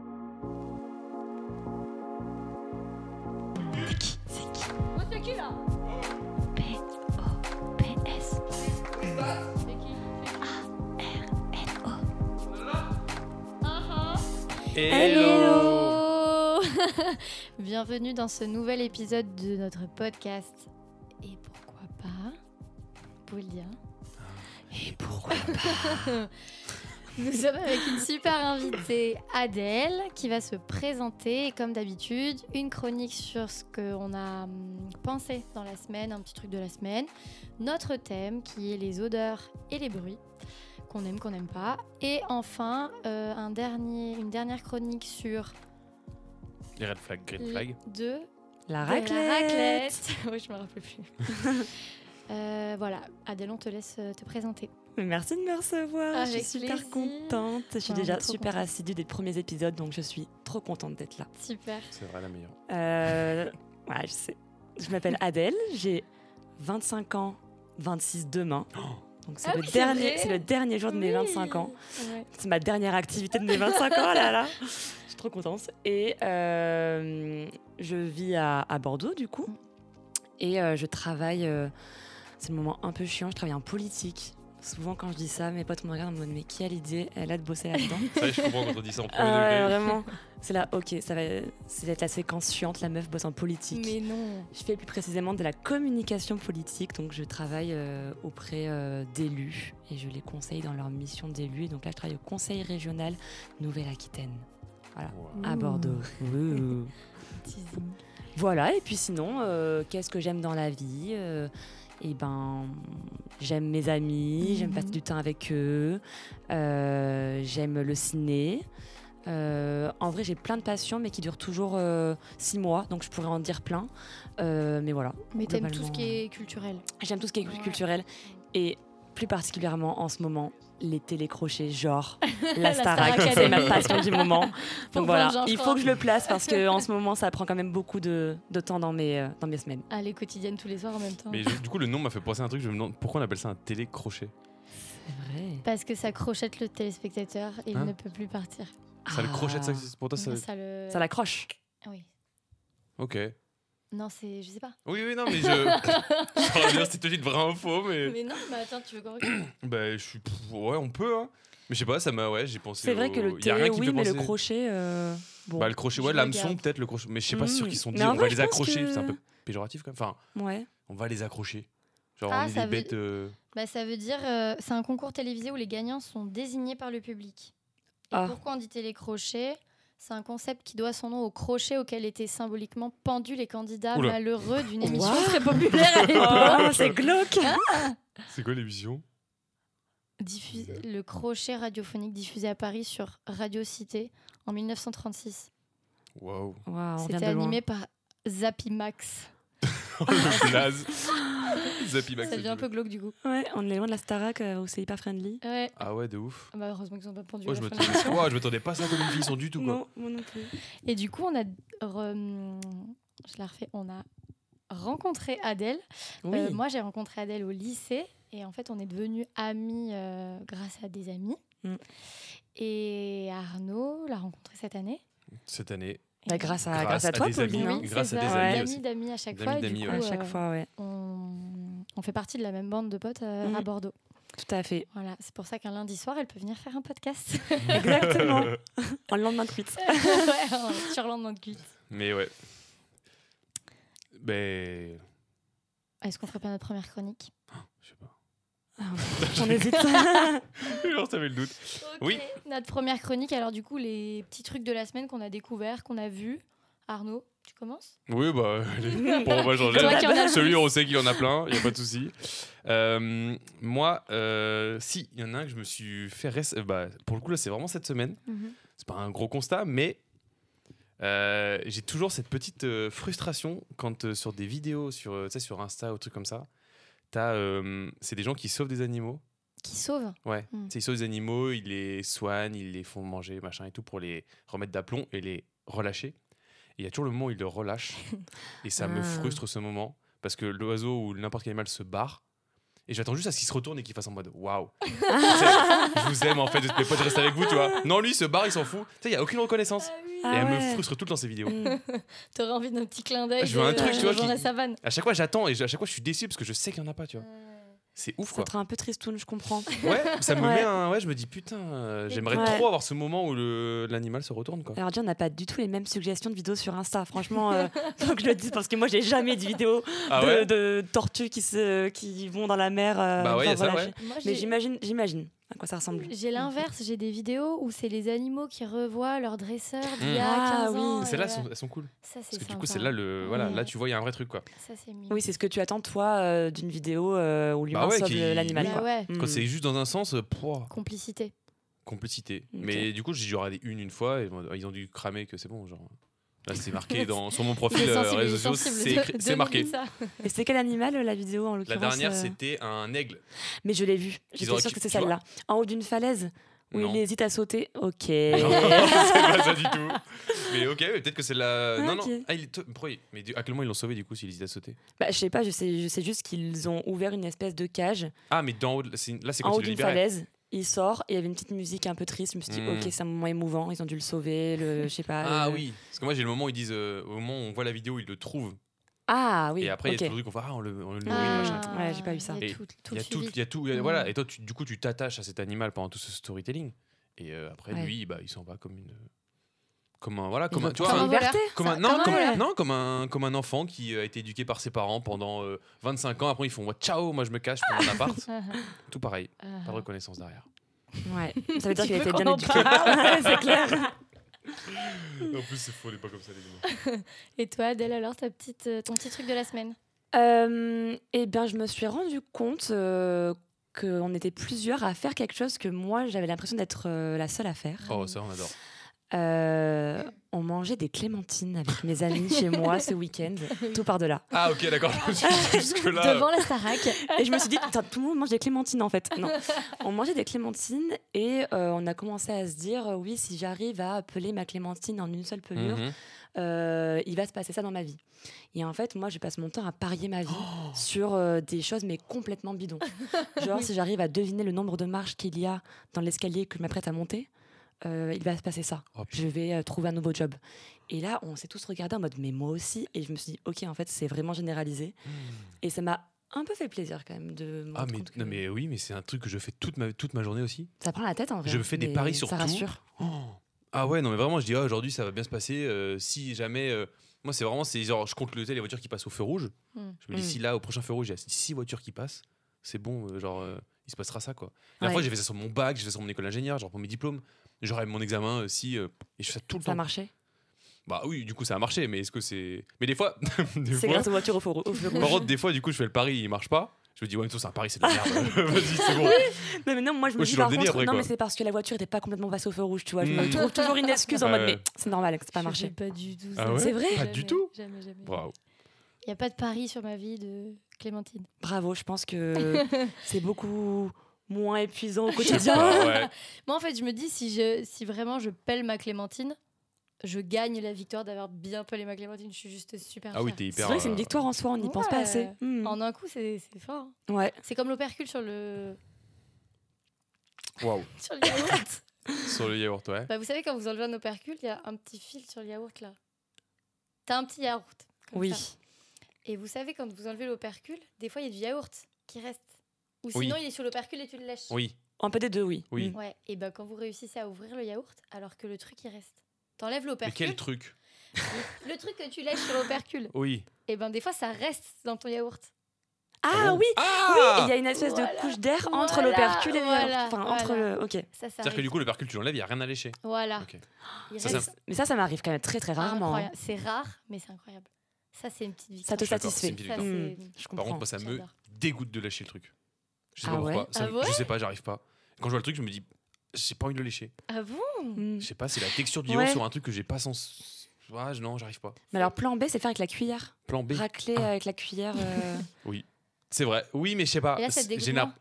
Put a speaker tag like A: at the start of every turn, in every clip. A: Oh, C'est qui là
B: P-O-P-S.
A: C'est qui
B: R-N-O.
A: Ah,
B: Bienvenue dans ce nouvel épisode de notre podcast. Et pourquoi pas Paulia. Et pourquoi pas Nous sommes avec une super invitée, Adèle, qui va se présenter. Et comme d'habitude, une chronique sur ce qu'on a hum, pensé dans la semaine, un petit truc de la semaine. Notre thème qui est les odeurs et les bruits qu'on aime, qu'on n'aime pas. Et enfin, euh, un dernier, une dernière chronique sur
C: Les red flags, green flags.
B: deux
D: La
B: de
D: raclette.
B: La raclette. oui, je me rappelle plus. Euh, voilà, Adèle, on te laisse euh, te présenter.
D: Mais Merci de me recevoir. je
B: Avec
D: suis super
B: plaisir.
D: contente. Je suis
B: Ouais, on est
D: déjà
B: trop
D: super
B: contente.
D: assidue des premiers épisodes, donc je suis trop contente d'être là.
B: Super.
C: C'est vrai, la meilleure.
D: Euh, ouais, je sais. Je m'appelle Adèle, j'ai 25 ans, 26 demain. Donc c'est
B: Ah
D: le,
B: oui, c'est vrai.
D: dernier, c'est le dernier jour de mes
B: Oui.
D: 25 ans.
B: Ouais.
D: C'est ma dernière activité de mes 25 ans, oh là là. Je suis trop contente. Et euh, je vis à, à Bordeaux, du coup. Et euh, je travaille. euh, c'est le moment un peu chiant, je travaille en politique. Souvent, quand je dis ça, mes potes me regardent en mode Mais quelle idée Elle a de bosser là-dedans.
C: Ça, je comprends quand on dit ça en premier
D: Ah ouais,
C: degré.
D: vraiment. C'est là, ok, ça va, ça va être la séquence chiante, la meuf bosse en politique.
B: Mais non.
D: Je fais plus précisément de la communication politique, donc je travaille euh, auprès euh, d'élus et je les conseille dans leur mission d'élus. Donc là, je travaille au conseil régional Nouvelle-Aquitaine
C: Wow.
D: à Bordeaux.
B: Teasing.
D: voilà, et puis sinon, euh, qu'est-ce que j'aime dans la vie Et ben, j'aime mes amis, j'aime
B: Mhm.
D: passer du temps avec eux, euh, j'aime le ciné. Euh, en vrai, j'ai plein de passions, mais qui durent toujours euh, six mois, donc je pourrais en dire plein. Euh, mais voilà.
B: Mais t'aimes tout ce
D: Globalement,
B: qui est culturel.
D: J'aime tout ce qui est
B: Ouais.
D: culturel et plus particulièrement en ce moment les télécrochets genre
B: La
D: la
B: Star
D: Star Academy, c'est
B: Academy.
D: ma passion du moment.
B: Pour
D: Donc voilà,
B: plein de gens, je
D: il faut
B: crois.
D: que je le place parce que en ce moment ça prend quand même beaucoup de, de temps dans mes euh, dans mes semaines.
B: Allez, quotidienne tous les soirs en même temps.
C: Mais je- du coup, le nom m'a fait penser à un truc. Je me demande pourquoi on appelle ça un télécrochet.
D: C'est vrai.
B: Parce que ça crochette le téléspectateur et il
C: Hein
B: ne peut plus partir.
C: Ça le crochette, ça c'est- pour toi ça...
B: Ça le.
D: Ah. ça l'accroche.
B: Oui.
C: Ok.
B: Non, c'est. Je sais pas.
C: Oui, oui, non, mais je. je crois bien c'était une vraie info, mais.
B: Mais non, mais attends, tu veux qu'on recule
C: Bah, je suis. pff, Ouais, on peut, hein. Mais je sais pas, ça m'a. Ouais, j'ai pensé.
D: C'est vrai
C: au-
D: que le
C: Y a rien
D: télé
C: qui
D: oui
C: me fait
D: mais le
C: penser-
D: crochet euh, bon.
C: Bah, le crochet, ouais,
B: Je
C: l'hameçon
B: regarde.
C: peut-être, le crochet. Mais je sais pas
D: Mm.
C: sûr qu'ils sont dit,
D: Mais en
C: on va
D: vrai,
C: les
D: je pense
C: accrocher.
D: que-
C: C'est un peu péjoratif quand même. Enfin,
D: ouais.
C: on va les accrocher. Genre,
B: Ah,
C: on est
B: ça
C: des
B: veut-
C: bêtes. euh,
B: Bah, ça veut dire. euh, c'est un concours télévisé où les gagnants sont désignés par le public. Et
D: Ah.
B: pourquoi on dit télécrochet C'est un concept qui doit son nom au crochet auquel étaient symboliquement pendus les candidats
C: Oula.
B: malheureux d'une émission
D: What
B: très populaire à l'époque.
D: Oh, c'est glauque.
B: Ah.
C: C'est quoi l'émission
B: Diffusé- le crochet radiophonique diffusé à Paris sur Radio Cité en 1936.
C: Waouh.
D: Waouh, Ah, on vient
B: C'était
D: de loin.
B: animé par Zappy Max.
C: Le blaze. Zappy Max,
B: Ça devient
C: Zappy
B: un peu glauque du coup.
D: Ouais, on est loin de la Starac euh, où c'est hyper friendly.
B: Ouais.
C: Ah ouais, de ouf.
B: Ah bah, heureusement qu'ils ont pas pendu.
C: Ouais,
B: la
C: je
B: fin.
C: m'attendais Ouah, je m'attendais pas à ça comme une sont du tout, quoi.
D: Non, moi non plus.
B: Et du coup, on a re- je la refais, on a rencontré Adèle.
D: Oui.
B: Euh, moi, j'ai rencontré Adèle au lycée et en fait, on est devenus amis euh, grâce à des amis.
D: Mm.
B: Et Arnaud l'a rencontré cette année.
C: Cette année,
D: Bah,
B: Et-
D: grâce à
C: Grâce
D: grâce
C: à
D: à toi
C: des
D: Pauline.
C: amis,
D: hein.
B: Oui,
C: grâce
B: c'est
C: à des
B: ça,
C: amis
B: d'amis
C: aussi.
B: d'amis à chaque
C: D'amis
B: fois. et
C: d'amis,
B: du coup,
C: ouais.
D: À chaque
B: euh,
D: fois, ouais.
B: On, on fait partie de la même bande de potes euh,
D: Mm.
B: à Bordeaux.
D: Tout à fait.
B: Voilà, c'est pour ça qu'un lundi soir, elle peut venir faire un podcast.
D: Exactement. en lendemain de tweet.
B: ouais, en- sur le lendemain de cuite.
C: mais ouais. Ben.
B: Est-ce qu'on ferait pas notre première chronique
C: Je sais pas.
B: Ah
D: On hésite.
C: Genre, t'avais le doute. Oui.
B: Notre première chronique, alors du coup, les petits trucs de la semaine qu'on a découverts, qu'on a vus. Arnaud, tu commences
C: Oui, bah.
D: Mm.
C: allez. bon, on va changer.
B: Toi qui en as le
C: Celui,
B: plus.
C: on sait qu'il y en a plein, il n'y a pas de souci. Euh, moi, euh, si, il y en a un que je me suis fait. réc- euh, Bah, pour le coup, là, c'est vraiment cette semaine. c'est pas un gros constat, mais euh, j'ai toujours cette petite euh, frustration quand euh, sur des vidéos, sur, euh, tu sais, sur Insta ou trucs comme ça, t'as, euh, c'est des gens qui sauvent des animaux.
B: Qui sauve
C: Ouais,
B: Mm.
C: Tu sais, ils sauvent des animaux, ils les soignent, ils les font manger, machin et tout, pour les remettre d'aplomb et les relâcher. Et Il y a toujours le moment où ils le relâchent. et ça me
D: Ah.
C: frustre ce moment, parce que l'oiseau ou n'importe quel animal se barre. Et j'attends juste à ce qu'il se retourne et qu'il fasse en mode waouh. Tu sais, je vous aime en fait, mes potes restent avec vous, tu vois. Non, lui, il se barre, il s'en fout. Tu sais, il n'y a aucune reconnaissance.
B: oui.
C: Et
D: Ah
C: elle me
D: ouais.
C: frustre tout le temps ces vidéos.
D: Mm.
B: T'aurais envie d'un petit clin d'œil.
C: Je veux un
B: de-
C: truc, tu vois,
B: dans
C: qui-
B: la savane.
C: À chaque fois, j'attends et je- à chaque fois, je suis déçu parce que je sais qu'il n'y en a pas, tu vois.
B: Euh,
C: C'est ouf,
D: Ça
C: quoi.
D: te rend un peu tristoun, je comprends.
C: Ouais, ça me
D: Ouais.
C: met un. Ouais, je me dis, putain, euh, j'aimerais
D: Ouais.
C: trop avoir ce moment où le- l'animal se retourne, quoi.
D: Alors, déjà, on n'a pas du tout les mêmes suggestions de vidéos sur Insta. Franchement, euh, faut que je le dise parce que moi, j'ai jamais de vidéos
C: Ah
D: de,
C: ouais
D: de tortues qui, se, qui vont dans la mer. euh,
C: Bah ouais,
D: enfin,
C: y a ça,
D: voilà,
C: ouais.
D: j'ai-
B: Moi,
D: Mais
B: j'ai- Mm.
D: j'imagine, j'imagine à quoi ça ressemble.
B: J'ai l'inverse, j'ai des vidéos où c'est les animaux qui revoient leur dresseur d'il y a
D: Ah
B: 15
D: oui.
B: ans.
C: Mais
B: et
C: Celles-là, elles
B: voilà.
C: sont- elles sont cool.
B: Ça, c'est
C: Parce que du
B: sympa.
C: coup, celle-là, le... voilà,
D: Ouais.
C: là, tu vois, il y a un vrai truc, quoi.
B: Ça, c'est mignon.
D: Oui, c'est ce que tu attends, toi, euh, d'une vidéo euh, où l'humain
C: Bah ouais,
D: sauve
C: qui-
D: euh, l'animal.
B: Bah
D: quoi.
B: ouais,
D: Mm.
C: Quand c'est juste dans un sens, euh, pouah,
B: complicité.
C: complicité.
D: Ok.
C: Mais du coup, j'ai dû regarder une une fois et bon, ils ont dû cramer que c'est bon, genre. Là, c'est marqué dans, sur mon
B: Il
C: profil
B: est
C: euh,
B: sensible, il
C: réseaux
B: est
C: sociaux,
B: sensible.
C: c'est écrit-
B: Deux-
C: c'est
B: deux
C: marqué.
B: minutes, ça.
D: Et c'est quel animal, euh, la vidéo, en
C: La
D: l'occurrence
C: dernière,
D: euh,
C: c'était un aigle.
D: Mais je l'ai vu.
C: Ils
D: J'étais
C: auraient
D: sûre
C: qui-
D: que c'est
C: tu vois
D: celle-là. En haut d'une falaise où
C: Non.
D: il hésite à sauter. Ok.
C: Non, c'est pas ça du tout. Mais ok, mais peut-être que c'est la. Non,
D: Ok.
C: non. Ah, il est... to- pourquoi il- Mais du- à quel moment ils l'ont sauvé du coup s'il hésite à sauter
D: Bah, je sais pas, je sais, je sais juste qu'ils ont ouvert une espèce de cage
C: Ah, mais d'en haut, de- c'est- là, c'est
D: en
C: quand
D: haut
C: il le
D: d'une
C: libéré.
D: falaise. Il sort et il y avait une petite musique un peu triste. Je me suis dit,
C: Hmm.
D: ok, c'est un moment émouvant. Ils ont dû le sauver. Le, je sais pas.
C: Ah
D: euh,
C: oui, parce que moi j'ai le moment où ils disent, euh, au moment où on voit la vidéo, ils le trouvent.
D: Ah oui.
C: et après, il
D: ok.
C: y a tout le truc, on fait, ah, on le, on le nourrit,
B: Ah,
C: machin.
D: Ouais, j'ai pas eu ça.
B: Il y
C: Et
B: a tout, tout
C: Il y
B: le
C: a tout,
B: suivi.
C: il y a tout, il y a-
B: Mm.
C: voilà. Et toi, tu- du coup, tu t'attaches à cet animal pendant tout ce storytelling. Et euh, après,
D: Ouais.
C: lui, bah, il s'en va comme une, comme un, voilà,
D: Ils
C: comme un, hein.
D: ont
C: tu
D: pris
C: vois,
D: en
B: un
C: un-
B: voleur.
D: liberté.
C: comme
B: Ça,
C: un, non,
B: pas
C: comme,
B: mal.
C: non, comme un, comme un enfant qui euh, a été éduqué par ses parents pendant euh, 25 ans. Après, ils font, ouais, ciao, moi, je me cache, je prends mon appart. Tout pareil, pas de reconnaissance derrière.
D: Ouais. Ça veut dire
B: Tu
D: qu'il a
B: veux
D: été
B: qu'on
D: bien
B: en
D: éduqué.
B: parle
D: c'est clair.
C: en plus, c'est faux, elle est pas comme ça, les
B: Et toi, Adèle, alors, ta petite, euh, ton petit truc de la semaine
D: Euh, eh bien, je me suis rendu compte euh, qu'on était plusieurs à faire quelque chose que moi, j'avais l'impression d'être euh, la seule à faire.
C: Oh, ça, on adore.
D: Euh, on mangeait des clémentines avec mes amis chez moi ce week-end. Tout par de là.
C: Ah, ok, d'accord. Jusque-là.
B: Devant la Starac.
D: Et je me suis dit, putain, tout le monde mange des clémentines en fait. Non. On mangeait des clémentines et euh, on a commencé à se dire, euh, oui, si j'arrive à peler ma clémentine en une seule pelure,
C: Mhm.
D: euh, il va se passer ça dans ma vie. Et en fait, moi, je passe mon temps à parier ma vie
C: Oh.
D: sur euh, des choses mais complètement bidons. Genre, si j'arrive à deviner le nombre de marches qu'il y a dans l'escalier que je m'apprête à monter, euh, il va se passer ça.
C: Oh, putain.
D: Je vais euh, trouver un nouveau job. Et là, on s'est tous regardés en mode, mais moi aussi. Et je me suis dit, ok, en fait, c'est vraiment généralisé. Et ça m'a un peu fait plaisir quand même de. me
C: Hmm. Ah,
D: rendre
C: mais,
D: compte que
C: non, mais oui, mais c'est un truc que je fais toute ma, toute ma journée aussi.
D: Ça prend la tête en vrai.
C: Je fais des
D: mais
C: paris sur
D: ça
C: tout.
D: rassure.
C: Oh. Ah ouais, non, mais vraiment, je dis, ah, aujourd'hui, ça va bien se passer. euh, si jamais. euh, moi, c'est vraiment, c'est genre, je compte le, les voitures qui passent au feu rouge.
B: Mm.
C: Je me dis,
D: Mm.
C: si là, au prochain feu rouge, il y a six voitures qui passent, c'est bon, euh, genre, euh, il se passera ça, quoi. La dernière
D: Ouais.
C: fois, j'ai fait ça sur mon bac, j'ai fait ça sur mon école d'ingénieur, genre pour mes diplômes. J'aurais mon examen euh, si. euh, et je fais ça tout le
D: Ça a
C: temps.
D: marché.
C: Bah oui, du coup, ça a marché, mais est-ce que c'est. Mais des fois. des
D: C'est
C: fois-
D: grâce aux voitures au feu au feu
C: Par
D: rouge.
C: contre, des fois, du coup, je fais le pari, il marche pas. Je me dis, ouais, mais ça, c'est un pari, c'est de la merde. Vas-y, c'est bon.
D: Non, mais non, moi je me
C: Moi, je
D: dis
C: suis dans
D: par
C: le
D: contre,
C: délire, après,
D: non,
C: quoi.
D: mais c'est parce que la voiture n'était pas complètement passée au feu rouge, tu vois. Je
C: Mm.
D: me trouve toujours une excuse en mode,
C: Ouais.
D: mais c'est normal que c'est pas
B: Je
D: marché.
B: fais Pas du tout.
C: Ah ouais
D: C'est vrai
C: Pas
B: Jamais,
C: du tout
B: Jamais, jamais.
C: Bravo.
B: Il n'y a pas de pari sur ma vie de Clémentine.
D: Bravo, je pense que c'est beaucoup moins épuisant au quotidien.
C: Ah ouais.
B: Moi, en fait, je me dis, si, je, si vraiment je pèle ma Clémentine, je gagne la victoire d'avoir bien pelé ma Clémentine. Je suis juste super
C: Ah oui,
B: fière.
C: t'es
D: C'est
C: hyper.
D: vrai que c'est une
C: euh,
D: victoire en soi, on n'y pense pas
B: Ouais.
D: assez. Mm.
B: En un coup, c'est c'est fort. hein.
D: Ouais.
B: C'est comme l'opercule sur le
C: Waouh.
B: sur le yaourt.
C: Sur le yaourt, ouais.
B: bah, vous savez, quand vous enlevez un opercule, il y a un petit fil sur le yaourt là. T'as un petit yaourt. comme
D: Oui.
B: ça. Et vous savez, quand vous enlevez l'opercule, des fois, il y a du yaourt qui reste. Ou
C: Oui.
B: sinon, il est sur l'opercule et tu le lèches.
C: Oui.
D: Un peu des deux, oui.
C: Oui.
D: Mm.
B: Ouais, et ben quand vous réussissez à ouvrir le yaourt, alors que le truc il reste. T'enlèves
C: Mais
B: l'opercule,
C: quel truc
B: le truc que tu lèches sur l'opercule,
C: Oui.
B: et ben des fois ça reste dans ton yaourt.
D: Ah
C: bon
D: oui Oui, et
C: Ah
D: il y a une espèce
B: Voilà.
D: de couche d'air entre
B: Voilà,
D: l'opercule et le
B: voilà,
D: yaourt. Enfin, entre
B: voilà.
D: le. Ok.
B: Ça, ça
C: C'est-à-dire que
B: reste.
C: du Ah. coup, le percule, tu l'enlèves, il n'y a rien à lécher.
B: Voilà.
C: Ok.
B: Il
C: Ça, ça-
B: reste
D: Mais ça, ça m'arrive quand même très, très rarement. hein.
B: incroyable. C'est rare, mais c'est incroyable. Ça, c'est une petite
D: Ça
B: victoire.
D: te
C: Je suis d'accord, c'est
D: satisfait.
C: une petite victoire.
D: Mm.
B: Ça,
D: Je
C: Par
D: comprends.
C: contre, moi, ça me
B: J'adore.
C: dégoûte de lâcher le truc. Je sais
D: Ah
C: pas
D: ouais
C: pourquoi. Ça
B: Ah
C: me-
B: ouais
C: je sais pas, j'arrive pas. Quand je vois le truc, je me dis, j'ai pas envie de le lécher.
B: Ah bon
D: Mm.
C: Je sais pas, c'est la texture du yaourt
D: Ouais.
C: sur un truc que j'ai pas sans. Ah, je- non, j'arrive pas.
D: Mais alors, plan B, c'est faire avec la cuillère.
C: Plan B.
D: Racler
C: Ah.
D: avec la cuillère. euh,
C: C'est vrai. Oui, mais je sais pas.
B: Et là, ça te
C: c'est-
B: dégoûte
C: j'ai la-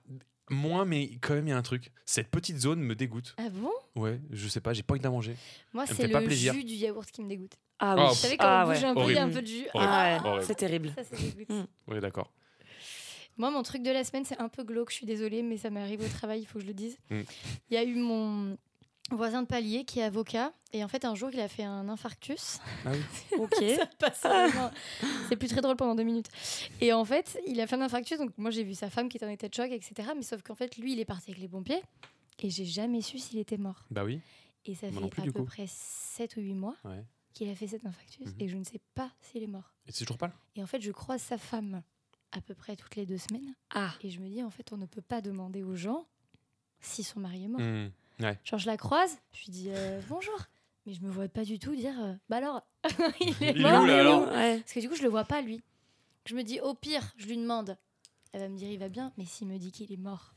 C: Moins, mais quand même, il y a un truc. Cette petite zone me dégoûte.
B: Ah bon
C: Ouais, je sais pas, j'ai pas envie de la manger.
B: Moi,
C: Ça me
B: c'est
C: fait pas
B: le
C: plaisir.
B: jus du yaourt qui me dégoûte.
D: Ah
C: Ah,
D: oui.
B: Vous savez, quand
D: Ah
B: on bouge
D: ouais.
B: un peu, il y a un
D: Horrible.
B: peu de jus.
C: Horrible.
D: Ah ouais,
C: Horrible.
D: C'est terrible.
B: Ça, ça dégoûte.
D: Mm.
C: Ouais, d'accord.
B: Moi, mon truc de la semaine, c'est un peu glauque, je suis désolée, mais ça m'arrive au travail, il faut que je le dise.
C: Mm.
B: Il y a eu mon, voisin de palier qui est avocat. Et en fait, un jour, il a fait un infarctus.
C: Ah oui.
D: Ok.
B: Ça passe vraiment- C'est plus très drôle pendant deux minutes. Et en fait, il a fait un infarctus. Donc, moi, j'ai vu sa femme qui était en état de choc, etc. Mais sauf qu'en fait, lui, il est parti avec les pompiers. Et j'ai jamais su s'il était mort.
C: Bah oui.
B: Et ça
C: Moi non
B: fait
C: plus,
B: à
C: du
B: peu
C: coup.
B: près 7 ou 8 mois
C: Ouais.
B: qu'il a fait cet infarctus.
C: Mhm.
B: Et je ne sais pas s'il est mort.
C: Et c'est toujours pas là
B: Et en fait, je croise sa femme à peu près toutes les deux semaines.
D: Ah,
B: Et je me dis, en fait, on ne peut pas demander aux gens si son mari est mort.
C: Hmm.
B: Genre, je la croise, je lui dis euh, bonjour. Mais je me vois pas du tout dire euh, bah alors, il est
C: Il est
B: mort.
C: où, là,
B: il est
C: alors
B: où
D: ouais.
B: Parce que du coup, je le vois pas lui. Je me dis au pire, je lui demande. Elle va me dire il va bien, mais s'il me dit qu'il est mort,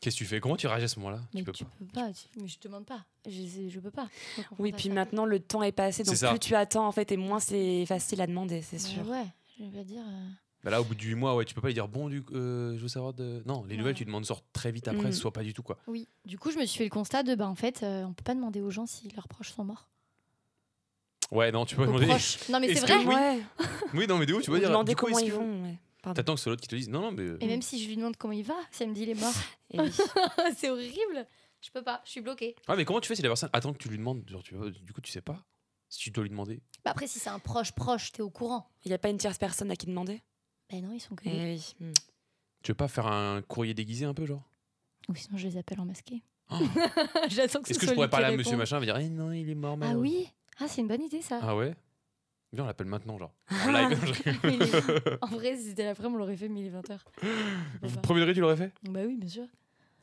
C: Qu'est-ce que tu fais Comment tu réagis à ce moment-là
B: mais
C: Tu peux
B: tu
C: pas.
B: peux pas. tu- mais je te demande pas. Je, je peux pas. Je comprends
D: Oui,
B: pas
D: puis
B: ça.
D: maintenant le temps est passé, donc
C: C'est ça.
D: plus tu attends en fait et moins c'est facile à demander,
B: Bah
D: c'est sûr.
B: ouais, je vais pas dire. euh,
C: Bah là, au bout du 8 mois, ouais, tu peux pas lui dire bon, du, euh, je veux savoir de. Non, les
B: Ouais. Mm.
C: nouvelles, tu demandes sortent très vite après,
D: Hmm.
C: soit pas du tout quoi.
B: Oui. Du coup, je me suis fait le constat de bah en fait, euh, on peut pas demander aux gens si leurs proches sont morts.
C: Ouais, non, tu peux
B: Aux
C: pas demander.
B: proches. Non mais c'est
C: Est-ce
B: vrai.
C: que- Oui.
D: Ouais.
C: Oui, non, mais de où tu peux
D: Ou
C: dire
D: demander
C: du coup,
D: comment
C: est-ce
D: ils
C: que-
D: vont. ouais. Pardon.
C: T'attends que c'est l'autre qui te dise non, non, mais. euh,
B: Et même si je lui demande comment il va, si elle me dit il est mort,
D: Et oui.
B: c'est horrible. Je peux pas. Je suis bloquée.
C: Ouais, mais comment tu fais si la personne attend que tu lui demandes Genre, tu vois, du coup, tu sais pas si tu dois lui demander.
B: Bah après, si c'est un proche proche, t'es au courant.
D: Il n'y a pas une tierce personne à qui demander
B: Ben non, ils sont que
D: Eh
B: deux.
D: oui. Mm.
C: Tu veux pas faire un courrier déguisé un peu, genre
B: Ou sinon, je les appelle en masqué.
C: Oh.
B: J'attends que ce
C: Est-ce
B: soit
C: que je pourrais
B: lui qui
C: parler à
B: réponde.
C: monsieur machin et dire eh non, il est mort,
B: Ah
C: malheureux.
B: oui Ah, c'est une bonne idée ça.
C: Ah ouais Viens, on l'appelle maintenant, genre. En live.
B: Il est- en vrai, si c'était l'après, on l'aurait fait, mais il est 20h.
C: Premier degré, tu l'aurais fait
B: Bah oui, bien sûr.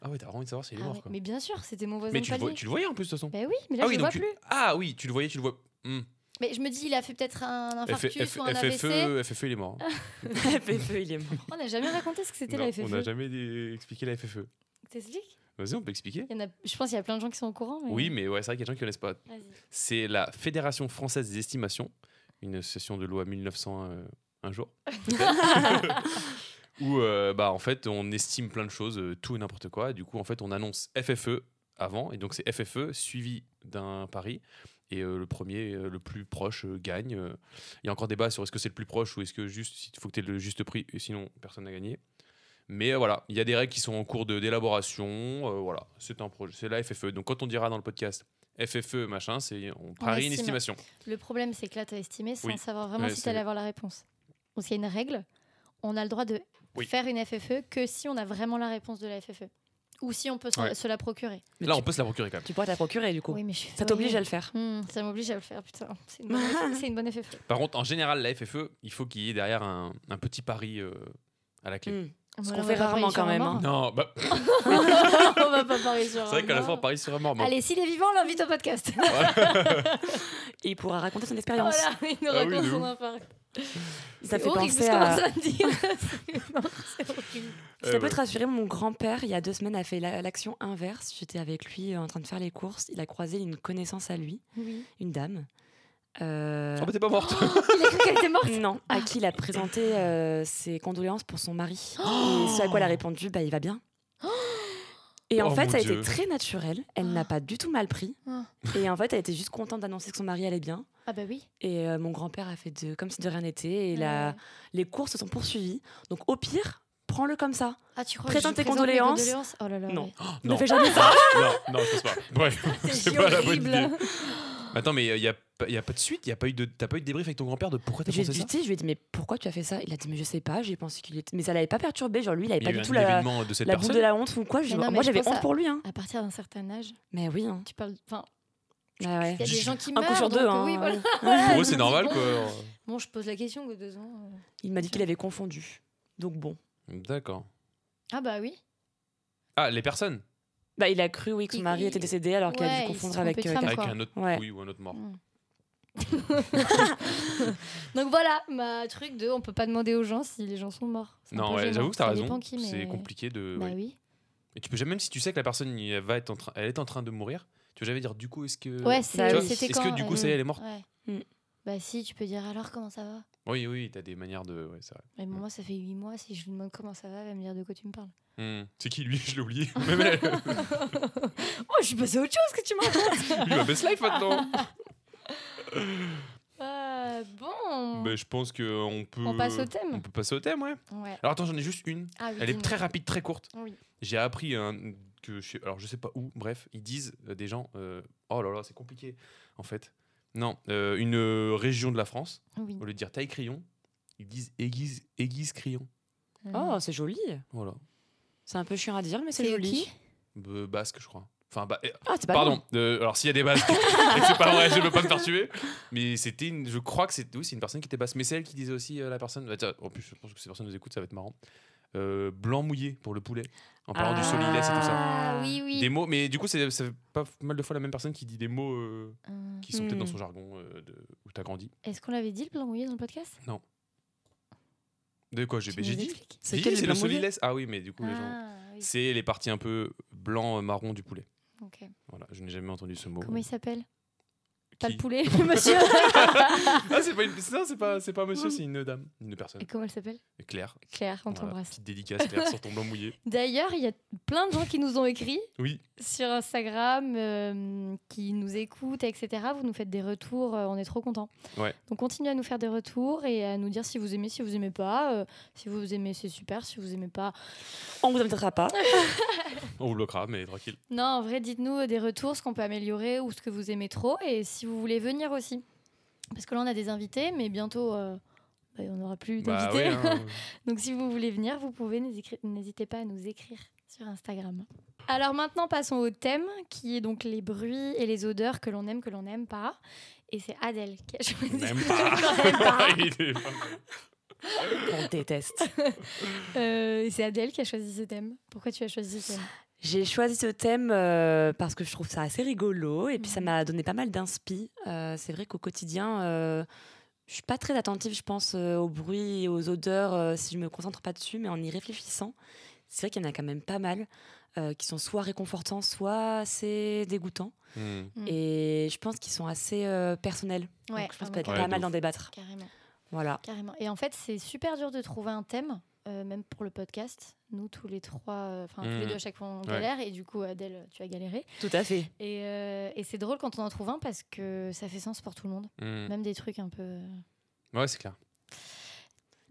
C: Ah ouais, t'as vraiment envie de savoir s'il est
B: Ah
C: mort,
B: ouais,
C: quoi.
B: Mais bien sûr, c'était mon voisin
C: Mais
B: de
C: tu le, vois-
B: palier.
C: tu le voyais en plus, de toute façon.
B: Bah oui, mais là,
C: ah,
B: je
C: oui,
B: le vois
C: donc tu...
B: plus.
C: ah oui, tu le voyais, tu le vois. Hmm.
B: Mais je me dis, il a fait peut-être un
C: F-
B: infarctus
C: F- E.
B: ou un AVC.
C: FFE, FFE, il est mort.
D: FFE, il est mort.
B: On n'a jamais raconté ce que Ah, c'était
C: Non,
B: la
C: On n'a
B: FFE.
C: jamais euh, expliqué la FFE.
B: T'expliques
C: Vas-y, on peut expliquer
B: Il y en a- Je pense qu'il y a plein de gens qui sont au courant. mais-
C: Oui, mais ouais, c'est vrai qu'il y a des gens qui connaissent pas.
B: Vas-y.
C: C'est la Fédération française des estimations, une association de loi 1900 euh, un jour, où euh, bah, en fait on estime plein de choses, euh, tout et n'importe quoi. Et du coup, en fait, on annonce E FFE avant, et donc c'est FFE suivi d'un pari. Et euh, le premier, euh, le plus proche, euh, gagne. Euh, Il y a encore débat sur est-ce que c'est le plus proche ou est-ce que juste, il faut que tu aies le juste prix, et sinon personne n'a gagné. Mais euh, voilà, il y a des règles qui sont en cours de- d'élaboration. euh, voilà, c'est un projet, c'est la FFE. Donc quand on dira dans le podcast FFE machin, c'est on parie une
B: estime.
C: estimation.
B: Le problème, c'est que là, tu as estimé sans
C: Oui.
B: savoir vraiment
C: Ouais,
B: si
C: c'est-
B: tu allais avoir la réponse. Donc, il y a une règle. On a le droit de
C: Oui.
B: faire une FFE que si on a vraiment la réponse de la FFE. Ou si on peut s'en-
C: Ouais.
B: se la procurer.
D: Mais
C: Là,
D: tu-
C: on peut se la procurer quand même.
D: Tu pourras te la procurer du coup.
B: mais je suis
D: Ça t'oblige
B: folle.
D: à le faire.
B: Hmm, ça m'oblige à le faire, putain. C'est une bonne FFE. c'est une bonne FFE.
C: Par contre, en général, la FFE, il faut qu'il y ait derrière un, un petit pari euh, à la clé.
D: Mm. Ce
B: Voilà,
D: qu'on
B: on
D: fait
B: va pas
D: rarement
B: parier sur
D: quand
B: un
D: même,
B: mort.
D: hein.
C: Non, bah,
B: on va pas parier sur
C: c'est vrai
B: un
C: qu'à la
B: mort.
C: fin, on parie sur un mort. mais-
B: hein. Oh Allez, s'il est vivant, on l'invite au podcast.
D: Et il pourra raconter son expérience.
B: voilà, il nous
C: Ah oui,
B: raconte
C: de
B: son
C: ouf.
B: infarct.
D: Ça
B: C'est
D: fait
B: horrible
D: penser
B: ce qu'on
D: à.
B: est en train de dire. C'est horrible.
D: Si
C: Euh,
D: ça peut
C: ouais.
D: te rassurer, mon grand-père, il y a deux semaines, a fait la- l'action inverse. J'étais avec lui euh, en train de faire les courses. Il a croisé une connaissance à lui,
B: Oui.
D: une dame. euh,
C: Ah, bah, t'es pas morte.
B: Il a cru qu'elle était morte.
D: Non, à qui il a présenté euh, ses condoléances pour son mari.
B: Oh
D: et ce à quoi elle a répondu, bah il va bien. Et en
C: Oh
D: fait,
C: mon
D: ça a
C: Dieu.
D: été très naturel. Elle
B: Ah.
D: n'a pas du tout mal pris.
B: Ah.
D: Et en fait, elle était juste contente d'annoncer que son mari allait bien.
B: Ah bah oui.
D: Et euh, mon grand-père a fait de, comme si de rien n'était. Et la-
B: Ouais.
D: les courses se sont poursuivies. Donc au pire, prends-le comme ça.
B: Ah, tu crois
D: Présente
B: que je
D: tes
B: présente mes
D: condoléances.
B: Oh là là.
D: Non.
B: ouais.
C: Non.
D: Ne fais jamais ça.
C: non, non, je pense pas. Bref, c'est pas la bonne idée. Attends, mais il n'y a, pas- y a pas de suite, y a pas eu de, t'as pas eu de débrief avec ton grand-père de pourquoi t'as
D: J'ai
C: pensé
D: dit,
C: ça
D: tu sais, je lui ai dit, mais pourquoi tu as fait ça Il a dit, mais je sais pas, j'ai pensé qu'il était. Mais ça l'avait pas perturbé. Genre lui, il avait
C: Il y a
D: pas
C: eu
D: du
C: un
D: tout la,
C: événement de cette
D: la boule
C: personne.
D: de la honte ou quoi. Je-
B: Mais non, mais
D: moi,
B: je
D: j'avais
B: pense
D: honte
B: à-
D: pour lui. hein.
B: À partir d'un certain âge,
D: Mais oui. hein.
B: tu parles. Enfin,
D: Ah ouais.
B: il y a des
C: Juste
B: gens qui
D: Un
B: meurent.
D: coup sur
B: donc, euh,
D: deux. hein.
B: oui, voilà.
C: Pour eux,
B: Ouais,
C: c'est
B: je
C: normal,
B: me dis,
C: quoi.
B: Bon, je pose la question que deux ans. euh.
D: Il m'a dit qu'il avait confondu. Donc bon.
C: D'accord.
B: Ah bah oui.
C: Ah, les personnes
D: Bah, il a cru, oui, que son
B: Il-
D: mari
B: il-
D: était décédé alors qu'il a
B: Ouais,
D: dû
B: il
D: confondre
B: se
D: avec
B: trompait de
D: euh,
B: femme.
D: quelqu'un.
C: Avec
B: quoi.
C: un autre
D: Ouais.
C: oui ou un autre mort.
B: Mm. Donc voilà, ma truc de on peut pas demander aux gens si les gens sont morts. C'est un
C: Non,
B: peu
C: ouais,
B: gênant.
C: j'avoue que t'as
B: Ça
C: raison.
B: dépend qui,
C: C'est
B: mais-
C: compliqué de.
B: Bah
C: ouais.
B: oui.
C: Et tu peux jamais, même si tu sais que la personne il va être en train, elle est en train de mourir, tu peux jamais dire du coup est-ce que.
B: Ouais,
C: Euh, Tu
B: c'est-
C: vois,
D: oui.
B: c'était
C: Est-ce
B: quand euh,
C: que du coup ça y est, elle est morte
B: Ouais.
D: Mm.
B: Bah si, tu peux dire alors comment ça va.
C: Oui, oui, t'as des manières de. Ouais, c'est vrai.
B: Mais bon,
C: Mm.
B: moi, ça fait 8 mois. Si je lui demande comment ça va, elle va me dire de quoi tu me parles.
C: Hmm. C'est qui lui Je l'ai oublié. Même elle,
B: Oh, je suis passée à autre chose que tu m'as
C: lui, ma best life maintenant.
B: Euh, bon.
C: Bah, je pense que on peut.
B: On passe au thème.
C: On peut passer au thème, ouais.
B: Ouais.
C: Alors attends, j'en ai juste une.
B: Ah oui,
C: Elle est
B: dis-nous.
C: très rapide, très courte.
B: Oui.
C: J'ai appris un- que je sais, alors je sais pas où, bref, ils disent euh, des gens, euh, oh là là, c'est compliqué, en fait. Non, euh, une euh, région de la France,
B: Oui.
C: au lieu de dire taille crayon, ils disent aiguise, aiguise crayon.
D: Oh, c'est joli.
C: Voilà.
D: C'est un peu chiant à dire, mais c'est
B: Ah, Euh, C'est
D: joli.
B: qui
C: B- basque, je crois. Enfin, bah, eh,
D: Ah, c'est pas
C: pardon.
D: bon.
C: euh, alors, s'il y a des basques, et que c'est pas vrai, je veux pas me faire tuer. Mais c'était, une, je crois que c'était, oui, c'est une personne qui était basque. Mais celle qui disait aussi euh, la personne. bah, tiens, en plus, je pense que ces personnes nous écoutent, ça va être marrant. Euh, blanc mouillé pour le poulet. En parlant du
D: Ah.
C: solilès et tout ça.
B: Ah oui, oui.
C: Des mots, mais du coup, c'est, ça fait pas mal de fois la même personne qui dit des mots euh,
B: Euh,
C: qui sont peut-être
D: Hmm.
C: dans son jargon euh, de, où t'as grandi.
B: Est-ce qu'on l'avait dit le plan mouillé dans le podcast
C: De quoi j'ai,
B: Tu nous
C: j'ai dit
B: expliques
D: C'est
C: Oui,
D: quel
C: c'est
D: les
C: le
D: blancs mouillés
C: solilès. Ah oui, mais du coup, les gens.
B: Ah oui,
C: C'est les parties un peu blanc-marron du poulet.
B: ok.
C: Voilà, je n'ai jamais entendu ce mot.
B: Comment il s'appelle Pas
C: Qui
B: le poulet, monsieur.
C: Ah, c'est pas, une... non, c'est pas, c'est pas un monsieur, c'est une dame, une personne.
B: Et comment elle s'appelle
C: Claire.
B: Claire, on
C: Voilà,
B: t'embrasse.
C: Petite dédicace, Claire, sur ton blanc mouillé.
B: D'ailleurs, il y a plein de gens qui nous ont écrit
C: Oui,
B: sur Instagram, euh, qui nous écoutent, etc. Vous nous faites des retours, euh, on est trop contents.
C: Ouais.
B: Donc continuez à nous faire des retours et à nous dire si vous aimez, si vous aimez pas. euh, si vous aimez, c'est super. Si vous aimez pas,
D: On vous invitera pas.
C: on vous bloquera, mais tranquille.
B: non, en vrai, dites-nous euh, des retours, ce qu'on peut améliorer ou ce que vous aimez trop et si vous voulez venir aussi. Parce que là, on a des invités, mais bientôt, euh, bah, on n'aura plus
C: Bah
B: d'invités.
C: ouais, hein.
B: Donc si vous voulez venir, vous pouvez, n'hési- n'hésitez pas à nous écrire sur Instagram. Alors maintenant, passons au thème qui est donc les bruits et les odeurs que l'on aime, que l'on n'aime pas. Et c'est Adèle qui a choisi.
C: On n'aime
B: On n'aime pas.
C: pas. Il est pas-
D: On déteste.
B: Euh, et c'est Adèle qui a choisi ce thème. Pourquoi tu as choisi ce thème
D: J'ai choisi ce thème euh, parce que je trouve ça assez rigolo et puis
B: Mhm.
D: ça m'a donné pas mal d'inspi. Euh, c'est vrai qu'au quotidien, euh, je suis pas très attentive, je pense, euh, aux bruits et aux odeurs euh, si je me concentre pas dessus, mais en y réfléchissant, c'est vrai qu'il y en a quand même pas mal euh, qui sont soit réconfortants, soit assez dégoûtants.
C: Hmm.
B: Mm.
D: Et je pense qu'ils sont assez euh, personnels.
B: Ouais,
D: Donc je pense
B: ah
D: peut
B: ouais,
D: être
C: Ouais,
D: pas
C: de
D: mal
C: ouf.
D: d'en débattre.
B: Carrément,
D: Voilà.
B: carrément. Et en fait, c'est super dur de trouver un thème, euh, même pour le podcast. Nous, tous les trois, euh, enfin tous les
C: Mhm.
B: deux à chaque fois, on
C: Ouais.
B: galère. Et du coup, Adèle, tu as galéré.
D: Tout à fait.
B: Et, euh, et c'est drôle quand on en trouve un parce que ça fait sens pour tout le monde.
C: Hmm. Bah
B: Même des trucs un peu...
C: Ouais, c'est clair.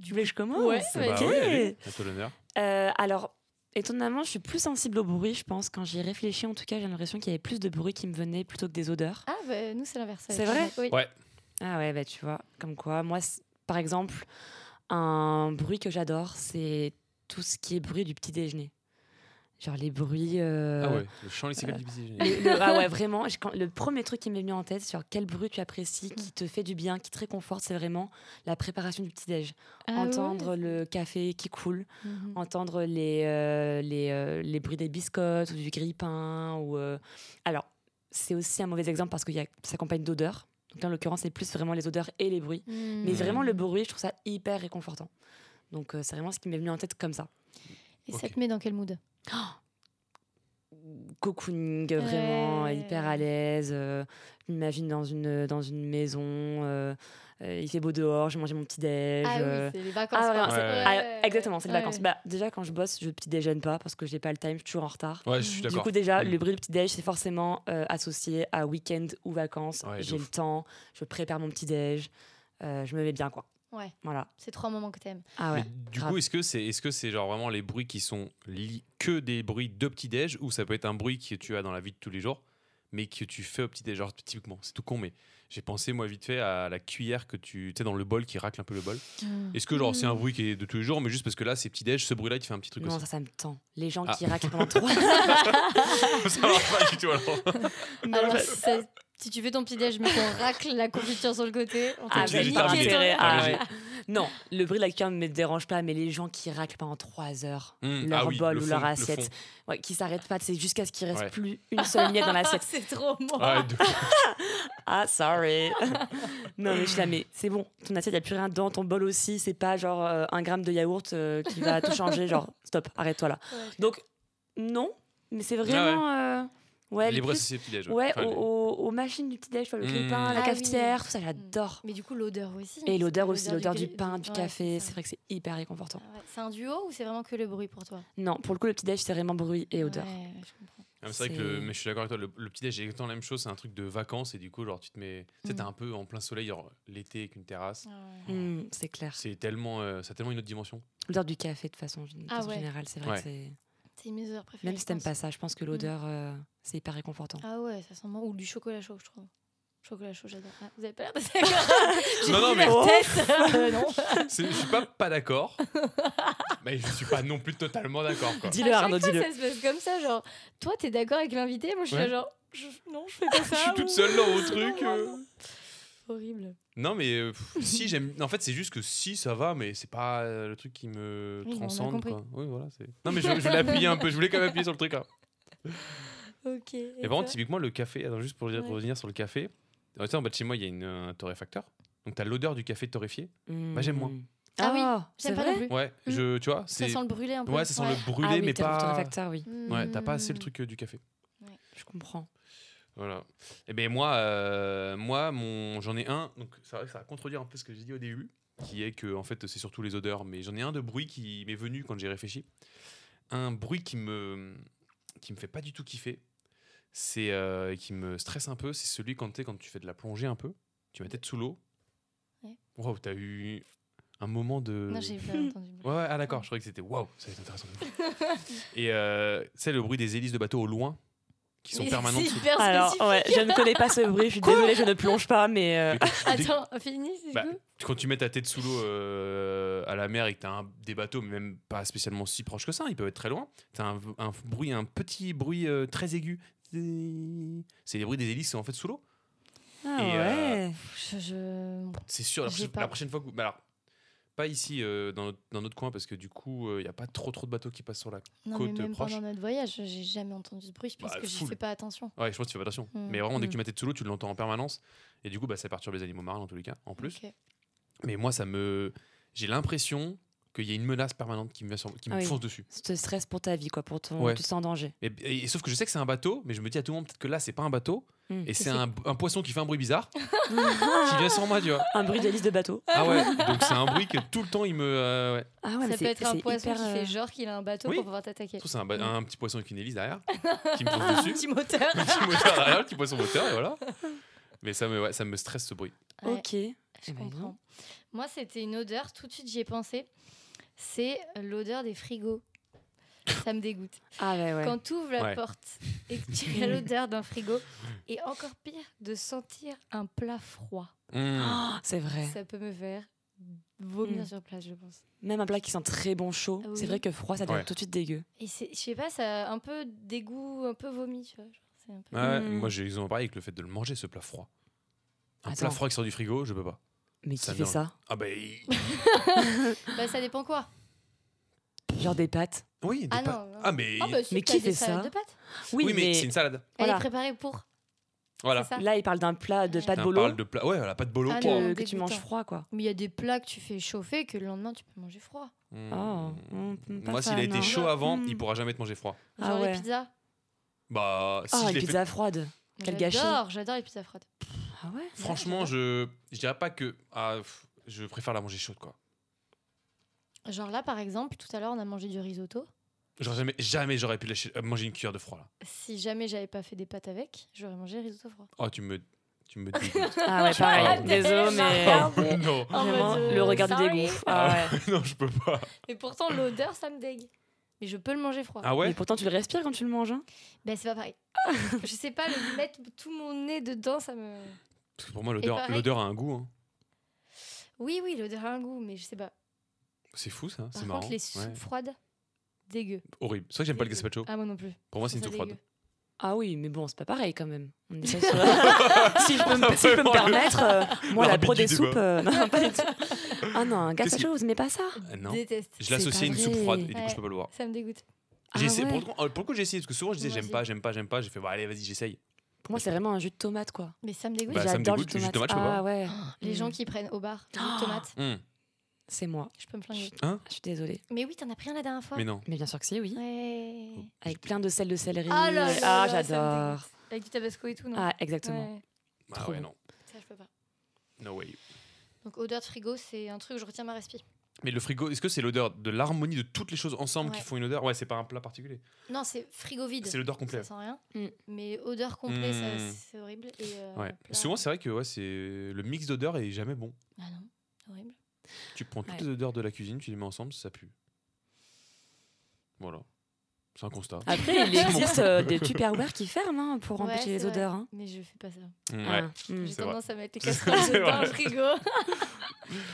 D: Tu voulais que je commence
B: Ouais,
C: Ah
B: Ouais,
C: bah
D: Ok.
C: ouais, allez, à toi l'honneur.
D: Euh, alors, étonnamment, je suis plus sensible au bruit, je pense. Quand j'y réfléchis, en tout cas, j'ai l'impression qu'il y avait plus de bruit qui me venait plutôt que des odeurs.
B: Ah, bah, nous, c'est l'inverse.
D: C'est vrai
B: Oui.
C: Ouais.
D: Ah ouais, bah tu vois, comme quoi. Moi, c- par exemple, un bruit que j'adore, c'est tout ce qui est bruit du petit déjeuner. Genre les bruits. euh,
C: Ah ouais, le chant, les cycles du petit
D: le- le- ah ouais, vraiment. j'ai- quand- le premier truc qui m'est venu en tête sur quel bruit tu apprécies, qui te fait du bien, qui te réconforte, c'est vraiment la préparation du petit déj.
B: Ah
D: Entendre le café qui coule,
B: ouais. Mhm.
D: entendre les, euh, les, euh, les bruits des biscottes ou du grille-pain. Ou, euh, Alors, c'est aussi un mauvais exemple parce que ça accompagne d'odeurs. Donc là, en l'occurrence, c'est plus vraiment les odeurs et les bruits.
B: Mhm.
D: Mais vraiment, le bruit, je trouve ça hyper réconfortant. Donc, euh, c'est vraiment ce qui m'est venu en tête comme ça.
B: Et ça
C: Ok.
B: te met dans quel mood
D: Cocooning, euh, vraiment
B: Ouais.
D: hyper à l'aise. euh, je m'imagine dans une, dans une maison, euh, euh, il fait beau dehors, j'ai mangé mon petit déj. euh,
B: Ah c'est les vacances.
D: ah, vraiment,
C: quoi.
D: c'est-
C: Ouais.
D: ah, exactement, c'est les
B: Ouais.
D: vacances. Bah, déjà, quand je bosse, je petit déjeune pas parce que j'ai pas le time, je suis toujours en retard.
C: Ouais, je suis
D: euh, Du
C: d'accord.
D: coup, déjà,
C: Mm.
D: le bruit du petit-déj, c'est forcément euh, associé à week-end ou vacances.
C: Ouais, de
D: J'ai le
C: ouf.
D: temps, je prépare mon petit-déj, euh, je me mets bien, quoi.
B: Ouais,
D: Voilà.
B: c'est trois moments que t'aimes.
D: Ah
C: Mais
D: ouais.
C: du
D: grave.
C: coup, est-ce que c'est est-ce que c'est genre vraiment les bruits qui sont li- que des bruits de petit déj ou ça peut être un bruit que tu as dans la vie de tous les jours mais que tu fais au petit déj genre typiquement, c'est tout con mais j'ai pensé moi vite fait à la cuillère que tu tu sais dans le bol qui racle un peu le bol. Est-ce que genre c'est un bruit qui est de tous les jours mais juste parce que là c'est petit déj, ce bruit là qui fait un petit truc
D: Hmm. Non,
C: aussi.
D: ça, ça me tend. Les gens
C: Ah.
D: qui raclent pendant trois
C: ça marche pas du tout alors.
B: Alors, ça- si tu fais ton petit-déj, mais qu'on racle la confiture sur le côté, on
D: Ah,
C: J'ai
D: bah,
C: juste
D: niquer
C: terminé.
D: ton-
B: terminé.
D: Ah
C: Ah,
D: ouais. Non, le bruit de la cuillère ne me dérange pas, mais les gens qui raclent pendant trois heures
C: Mm,
D: leur
C: ah oui,
D: bol
C: le
D: ou
C: fond,
D: leur
C: le
D: assiette,
C: fond.
D: ouais, qui s'arrêtent pas, c'est jusqu'à ce qu'il reste
C: Ouais.
D: plus une seule miette dans l'assiette.
B: Ah, c'est trop moi.
C: Ah Ouais, de-
D: Ah, sorry. non, mais je suis là, mais c'est bon. Ton assiette, il n'y a plus rien dedans. Ton bol aussi, c'est pas genre euh, un gramme de yaourt euh, qui va tout changer. Genre, stop, arrête-toi là.
B: Ouais.
D: Donc, non, mais c'est vraiment. euh, ouais,
C: les
D: le
C: bruits
D: plus-
C: associés au petit déj.
D: Ouais, oh, aux, aux- aux machines du petit-déj, tu vois, le
C: Mm.
D: grille-pain, la
B: Ah oui.
D: cafetière, tout ça, j'adore.
B: Mais du coup, l'odeur aussi. hein,
D: Et l'odeur aussi, l'odeur du
B: gri-
D: pain, du
B: ouais,
D: café,
B: ça.
D: c'est vrai que c'est hyper réconfortant.
B: Ah ouais. C'est un duo ou c'est vraiment que le bruit pour toi
D: Non, pour le coup, le petit-déj, c'est vraiment bruit et odeur.
B: Ouais, ouais, je comprends.
C: Ah, mais c'est vrai que le-
D: C'est-
C: mais je suis d'accord avec toi, le, le petit déj, j'ai exactement la même chose, c'est un truc de vacances et du coup, genre, tu te mets. Tu sais, t'es
D: Hmm.
B: Mm.
C: un peu en plein soleil, genre, l'été avec une terrasse.
B: Ah Ouais.
D: Mm, c'est clair.
C: C'est tellement, euh, ça a tellement une autre dimension.
D: L'odeur du café, de façon, de
B: Ah
D: façon
B: ouais.
D: générale, c'est vrai
C: Ouais.
D: que c'est.
B: C'est mes odeurs préférées.
D: Même si
B: je
D: t'aimes
B: pense.
D: pas ça, je pense que l'odeur, euh, c'est hyper réconfortant.
B: Mmh. Ah ouais, ça sent bon. Ou du chocolat chaud, je trouve. Chocolat chaud, j'adore. Ah, vous avez pas l'air d'être d'accord. J'ai
C: Non, non,
D: Mmh.
B: vu
C: mais-
B: leur tête. Euh, non.
C: C'est- Je suis pas pas d'accord, mais je suis pas non plus totalement d'accord. quoi.
D: Dis-le,
B: À chaque
D: Arnaud,
B: fois,
D: dis-le.
B: Ça se passe comme ça, genre, toi, t'es d'accord avec l'invité, moi, je suis
C: Ouais.
B: là, genre, je- non, je fais pas ça.
C: Je
D: ah
C: suis
B: ou-
C: toute seule dans mon truc.
B: Non,
C: euh.
B: non. Horrible.
C: Non, mais euh, pff, si j'aime. En fait, c'est juste que si ça va, mais c'est pas euh, le truc qui me
B: Oui, on a
C: transcende.
B: compris.
C: quoi. Oui, voilà. c'est- Non, mais je, je voulais appuyer un peu. Je voulais quand même appuyer sur le truc. hein.
B: Ok. et
C: Et vraiment,
B: toi
C: typiquement, le café. Alors, juste pour dire-
B: Ouais.
C: revenir sur le café. En fait, en bas de chez moi, il y a une, un torréfacteur. Donc, t'as l'odeur du café torréfié. Bah, j'aime moins.
B: Ah oui,
D: Oh, c'est
B: J'aime pas
D: vrai
B: non plus.
C: Ouais, je, tu vois,
B: Ça
C: c'est.
B: sent le brûlé un peu.
C: Ouais, ça sent le brûlé,
D: ah, oui,
C: mais
D: t'as ton
C: pas.
D: facteur, oui.
C: Ouais, t'as pas
B: Mm.
C: assez le truc euh, du café.
D: Je comprends.
C: Voilà. Et ben moi, euh, moi, mon, j'en ai un. Donc c'est vrai que ça va contredire un peu ce que j'ai dit au début, qui est que en fait c'est surtout les odeurs, mais j'en ai un de bruit qui m'est venu quand j'ai réfléchi. Un bruit qui me, qui me fait pas du tout kiffer, c'est euh, qui me stresse un peu, c'est celui quand tu quand tu fais de la plongée un peu, tu mets la tête sous l'eau.
B: Ouais.
C: Waouh, t'as eu un moment de.
B: Non, j'ai pas entendu.
C: Ouais, ouais, ah d'accord, je croyais que c'était waouh, ça va être intéressant. Et euh, c'est le bruit des hélices de bateau au loin, qui sont
B: Mais
C: permanentes.
B: C'est hyper
D: Alors,
B: spécifique.
D: ouais, je ne connais pas ce bruit, je suis désolée, je ne plonge pas, mais. euh,
C: Mais quand tu- dès-
B: Attends, finis, c'est
C: Bah,
B: tout
C: quand tu mets ta tête sous l'eau euh, à la mer et que tu as des bateaux, mais même pas spécialement si proches que ça, ils peuvent être très loin, tu as un, v- un f- bruit, un petit bruit euh, très aigu. C'est les bruits des hélices en fait sous l'eau.
D: Ah
C: Et, euh,
D: ouais.
B: Je, je...
C: C'est sûr, la
B: J'ai
C: prochaine,
B: pas.
C: la prochaine fois que. bah alors, pas ici euh, dans, notre, dans notre coin parce que du coup, il n'y a pas trop trop de bateaux qui passent sur la.
B: Non,
C: Côte
B: mais même
C: proche.
B: pendant notre voyage, j'ai jamais entendu ce bruit je pense
C: Bah,
B: que j'y
C: full.
B: fais pas attention.
C: Ouais, je pense que tu fais pas attention.
B: Mm,
C: Mais vraiment, dès
B: mm.
C: que tu mets ta tête sous l'eau, tu l'entends en permanence. Et du coup, bah, ça perturbe les animaux marins en tous les cas, en plus.
B: Ok.
C: Mais moi, ça me. J'ai l'impression qu'il y a une menace permanente qui me, vient sur- qui me
D: Ah oui.
C: fonce dessus.
D: Ça te stresse pour ta vie, quoi, pour ton.
C: Ouais.
D: Tu te sens en danger.
C: Et, et- et sauf que je sais que c'est un bateau, mais je me dis à tout le monde peut-être que là c'est pas un bateau
D: Mm.
C: et c'est un, un poisson qui fait un bruit bizarre qui vient sur moi, tu vois.
D: un bruit d'hélice de bateau.
C: Ah ouais, donc c'est un bruit que tout le temps il me. euh, ouais.
D: Ah ouais, mais
B: ça peut
D: c'est-
B: être un
D: c'est
B: poisson
D: hyper,
B: qui
D: euh,
B: fait genre qu'il a un bateau
C: oui.
B: pour pouvoir t'attaquer.
C: Je trouve que c'est un, ba-
B: Mm.
C: un petit poisson avec une hélice derrière qui me fonce dessus.
B: petit moteur.
C: Un petit moteur derrière, un petit poisson moteur, et voilà. Mais ça me, ouais, ça me stresse ce bruit.
B: Ouais,
D: Ok. Eh
B: je
D: ben, dis donc.
B: comprends. Moi, c'était une odeur, tout de suite j'y ai pensé. C'est l'odeur des frigos. Ça me dégoûte.
D: Ah ouais, ouais.
B: Quand tu ouvres la
C: Ouais.
B: porte et que tu as l'odeur d'un frigo, et encore pire, de sentir un plat froid,
C: Mm.
D: Oh, c'est vrai.
B: ça peut me faire vomir
D: Mm.
B: sur place, je pense.
D: Même un plat qui sent très bon chaud,
B: Ah oui.
D: c'est vrai que froid, ça devient
C: Ouais.
D: tout de suite dégueu.
B: Et c'est- je sais pas, ça a un peu dégoût, un peu vomi, tu vois. genre, c'est un peu-
C: Ouais, ouais,
D: Mm.
C: Moi j'ai exemple pareil avec le fait de le manger ce plat froid. Un plat
D: Attends.
C: froid qui sort du frigo, je peux pas.
D: Mais qui
C: Ça
D: fait
C: vient-
D: ça
C: Ah bah. il-
B: Bah, ça dépend quoi.
D: Genre des pâtes.
C: Oui, des
B: Ah
C: pa-
B: non, non.
C: Ah mais.
B: Ah bah, si,
D: Mais
B: t'as
D: qui
B: des
D: fait ça
B: salades de pâtes.
D: Oui, mais,
C: c'est une salade.
B: Elle
D: Voilà.
B: est préparée pour.
C: Voilà.
B: c'est ça
D: là, il parle d'un plat de pâtes
C: On
D: bolo
C: parle de plat. Ouais, la pâte bolo.
B: Ah
D: que,
B: non,
D: que tu
B: dégoûtant.
D: manges froid, quoi.
B: Mais il y a des plats que tu fais chauffer que le lendemain tu peux manger froid.
C: Mm.
D: Oh, mm, mm, pas
C: Moi, s'il a
D: fan,
C: été
D: hein.
C: chaud avant,
D: Mm.
C: il pourra jamais te manger froid.
D: Ah
B: Genre
D: ouais.
B: les pizzas.
C: Bah, si
D: Ah,
C: je
D: une
C: l'ai fait.
D: pizza froide. Quel
B: J'adore, j'adore les pizzas froides.
D: Ah ouais
C: Franchement, je, je dirais pas que. ah, pff, je préfère la manger chaude, quoi.
B: Genre là par exemple, tout à l'heure on a mangé du risotto.
C: Genre, jamais, jamais j'aurais pu lâcher- euh, manger une cuillère de froid, là.
B: Si jamais j'avais pas fait des pâtes avec, j'aurais mangé le risotto froid.
C: Oh, tu me. Tu me dégoûtes.
D: Ah ouais, pareil.
C: Ah,
D: Désolé, mais.
C: Oh, non.
B: En
D: Vraiment,
B: mode, euh,
D: le regard du
B: sorry.
D: dégoût. Ah ouais.
C: non, je peux pas.
B: Mais pourtant l'odeur ça me dégue. Mais je peux le manger froid.
C: Ah
D: Mais
C: ouais
D: pourtant, tu le respires quand tu le manges. hein.
B: Ben c'est pas pareil. je sais pas, le mettre tout mon nez dedans ça me.
C: Parce que pour moi,
B: Et
C: l'odeur
B: pareil.
C: l'odeur a un goût. hein.
B: Oui, oui, l'odeur a un goût, mais je sais pas.
C: C'est fou, ça.
B: Par
C: C'est
B: contre,
C: marrant.
B: les soupes
C: Ouais.
B: froides, dégueu.
C: Horrible. C'est vrai que j'aime pas le
B: Dégueu.
C: gazpacho.
B: Ah, moi non plus.
C: Pour moi, c'est
B: Je
C: une soupe
B: trouve ça
C: froide.
D: Ah oui, mais bon, c'est pas pareil quand même. On est pas sur- si je peux me, si je peux me
C: Vraiment, le-
D: permettre, euh, moi, la
C: l'arbitre
D: pro des
C: du
D: soupes. euh, non, pas du tout. Ah non, un
C: Qu'est-ce
D: gazpacho, vous aimez pas ça
C: Ah, non.
B: Déteste.
C: Je
D: C'est
C: l'associe à une
D: pas
C: soupe
D: vrai.
C: froide et du coup,
B: Ouais.
C: je peux pas le voir.
B: Ça me dégoûte.
C: J'ai
D: Ah
C: essayé-
D: ouais.
C: pour, le coup, oh, pour le coup, j'ai essayé parce que souvent je disais
B: Moi
C: j'aime
B: aussi.
C: pas, j'aime pas, j'aime pas. J'ai fait bon, allez, vas-y, j'essaye.
D: Pour moi, c'est vraiment un jus de tomate, quoi.
B: Mais ça me dégoûte.
C: Bah, hmm. ça me
D: J'adore le
C: dégoûte, le jus de tomate, je peux
D: ah
C: pas.
D: ouais.
B: Les
D: Mm.
B: gens qui prennent au bar du jus
D: Oh.
B: de tomate,
C: Hum,
D: C'est moi.
B: je peux me flinguer.
D: Je suis désolée.
B: Mais oui, t'en as pris un la dernière
D: Ah.
B: fois.
C: Mais non. Oh.
D: Mais bien sûr que si, oui.
B: Ouais.
D: Avec plein de sel de céleri.
B: Ah là là
D: Ah,
B: là, ça me
D: j'adore.
B: dégoûte. Avec du tabasco et tout, non
D: Ah, exactement.
B: Ouais.
C: Ah
D: Trop
C: ouais,
D: bon.
C: non. Ah
B: Ça, je peux pas.
C: No way.
B: Donc, odeur de frigo, c'est un truc, je retiens ma respi.
C: Mais le frigo, est-ce que c'est l'odeur de l'harmonie de toutes les choses ensemble qui
B: Ouais.
C: font une odeur Ouais, c'est pas un plat particulier.
B: Non, c'est frigo vide.
C: C'est l'odeur complète.
B: Ça sent rien.
D: Mm.
B: Mais odeur complète, ça,
C: Mm.
B: c'est horrible. Et, euh,
C: Ouais.
B: plat-
C: Souvent, c'est vrai que ouais, c'est le mix d'odeurs est jamais bon.
B: Ah non, horrible.
C: Tu prends toutes
D: Ouais.
C: les odeurs de la cuisine, tu les mets ensemble, ça pue. Voilà. C'est un constat.
B: Ah.
D: Après, il existe euh, des Tupperware qui ferment hein, pour
B: Ouais,
D: empêcher les
B: c'est vrai.
D: odeurs. hein.
B: Mais je fais pas ça.
C: Mm,
D: Ah,
C: ouais.
D: mm.
B: J'ai
C: C'est
B: tendance à mettre les
C: C'est
B: casseroles
C: vrai.
B: dans le frigo.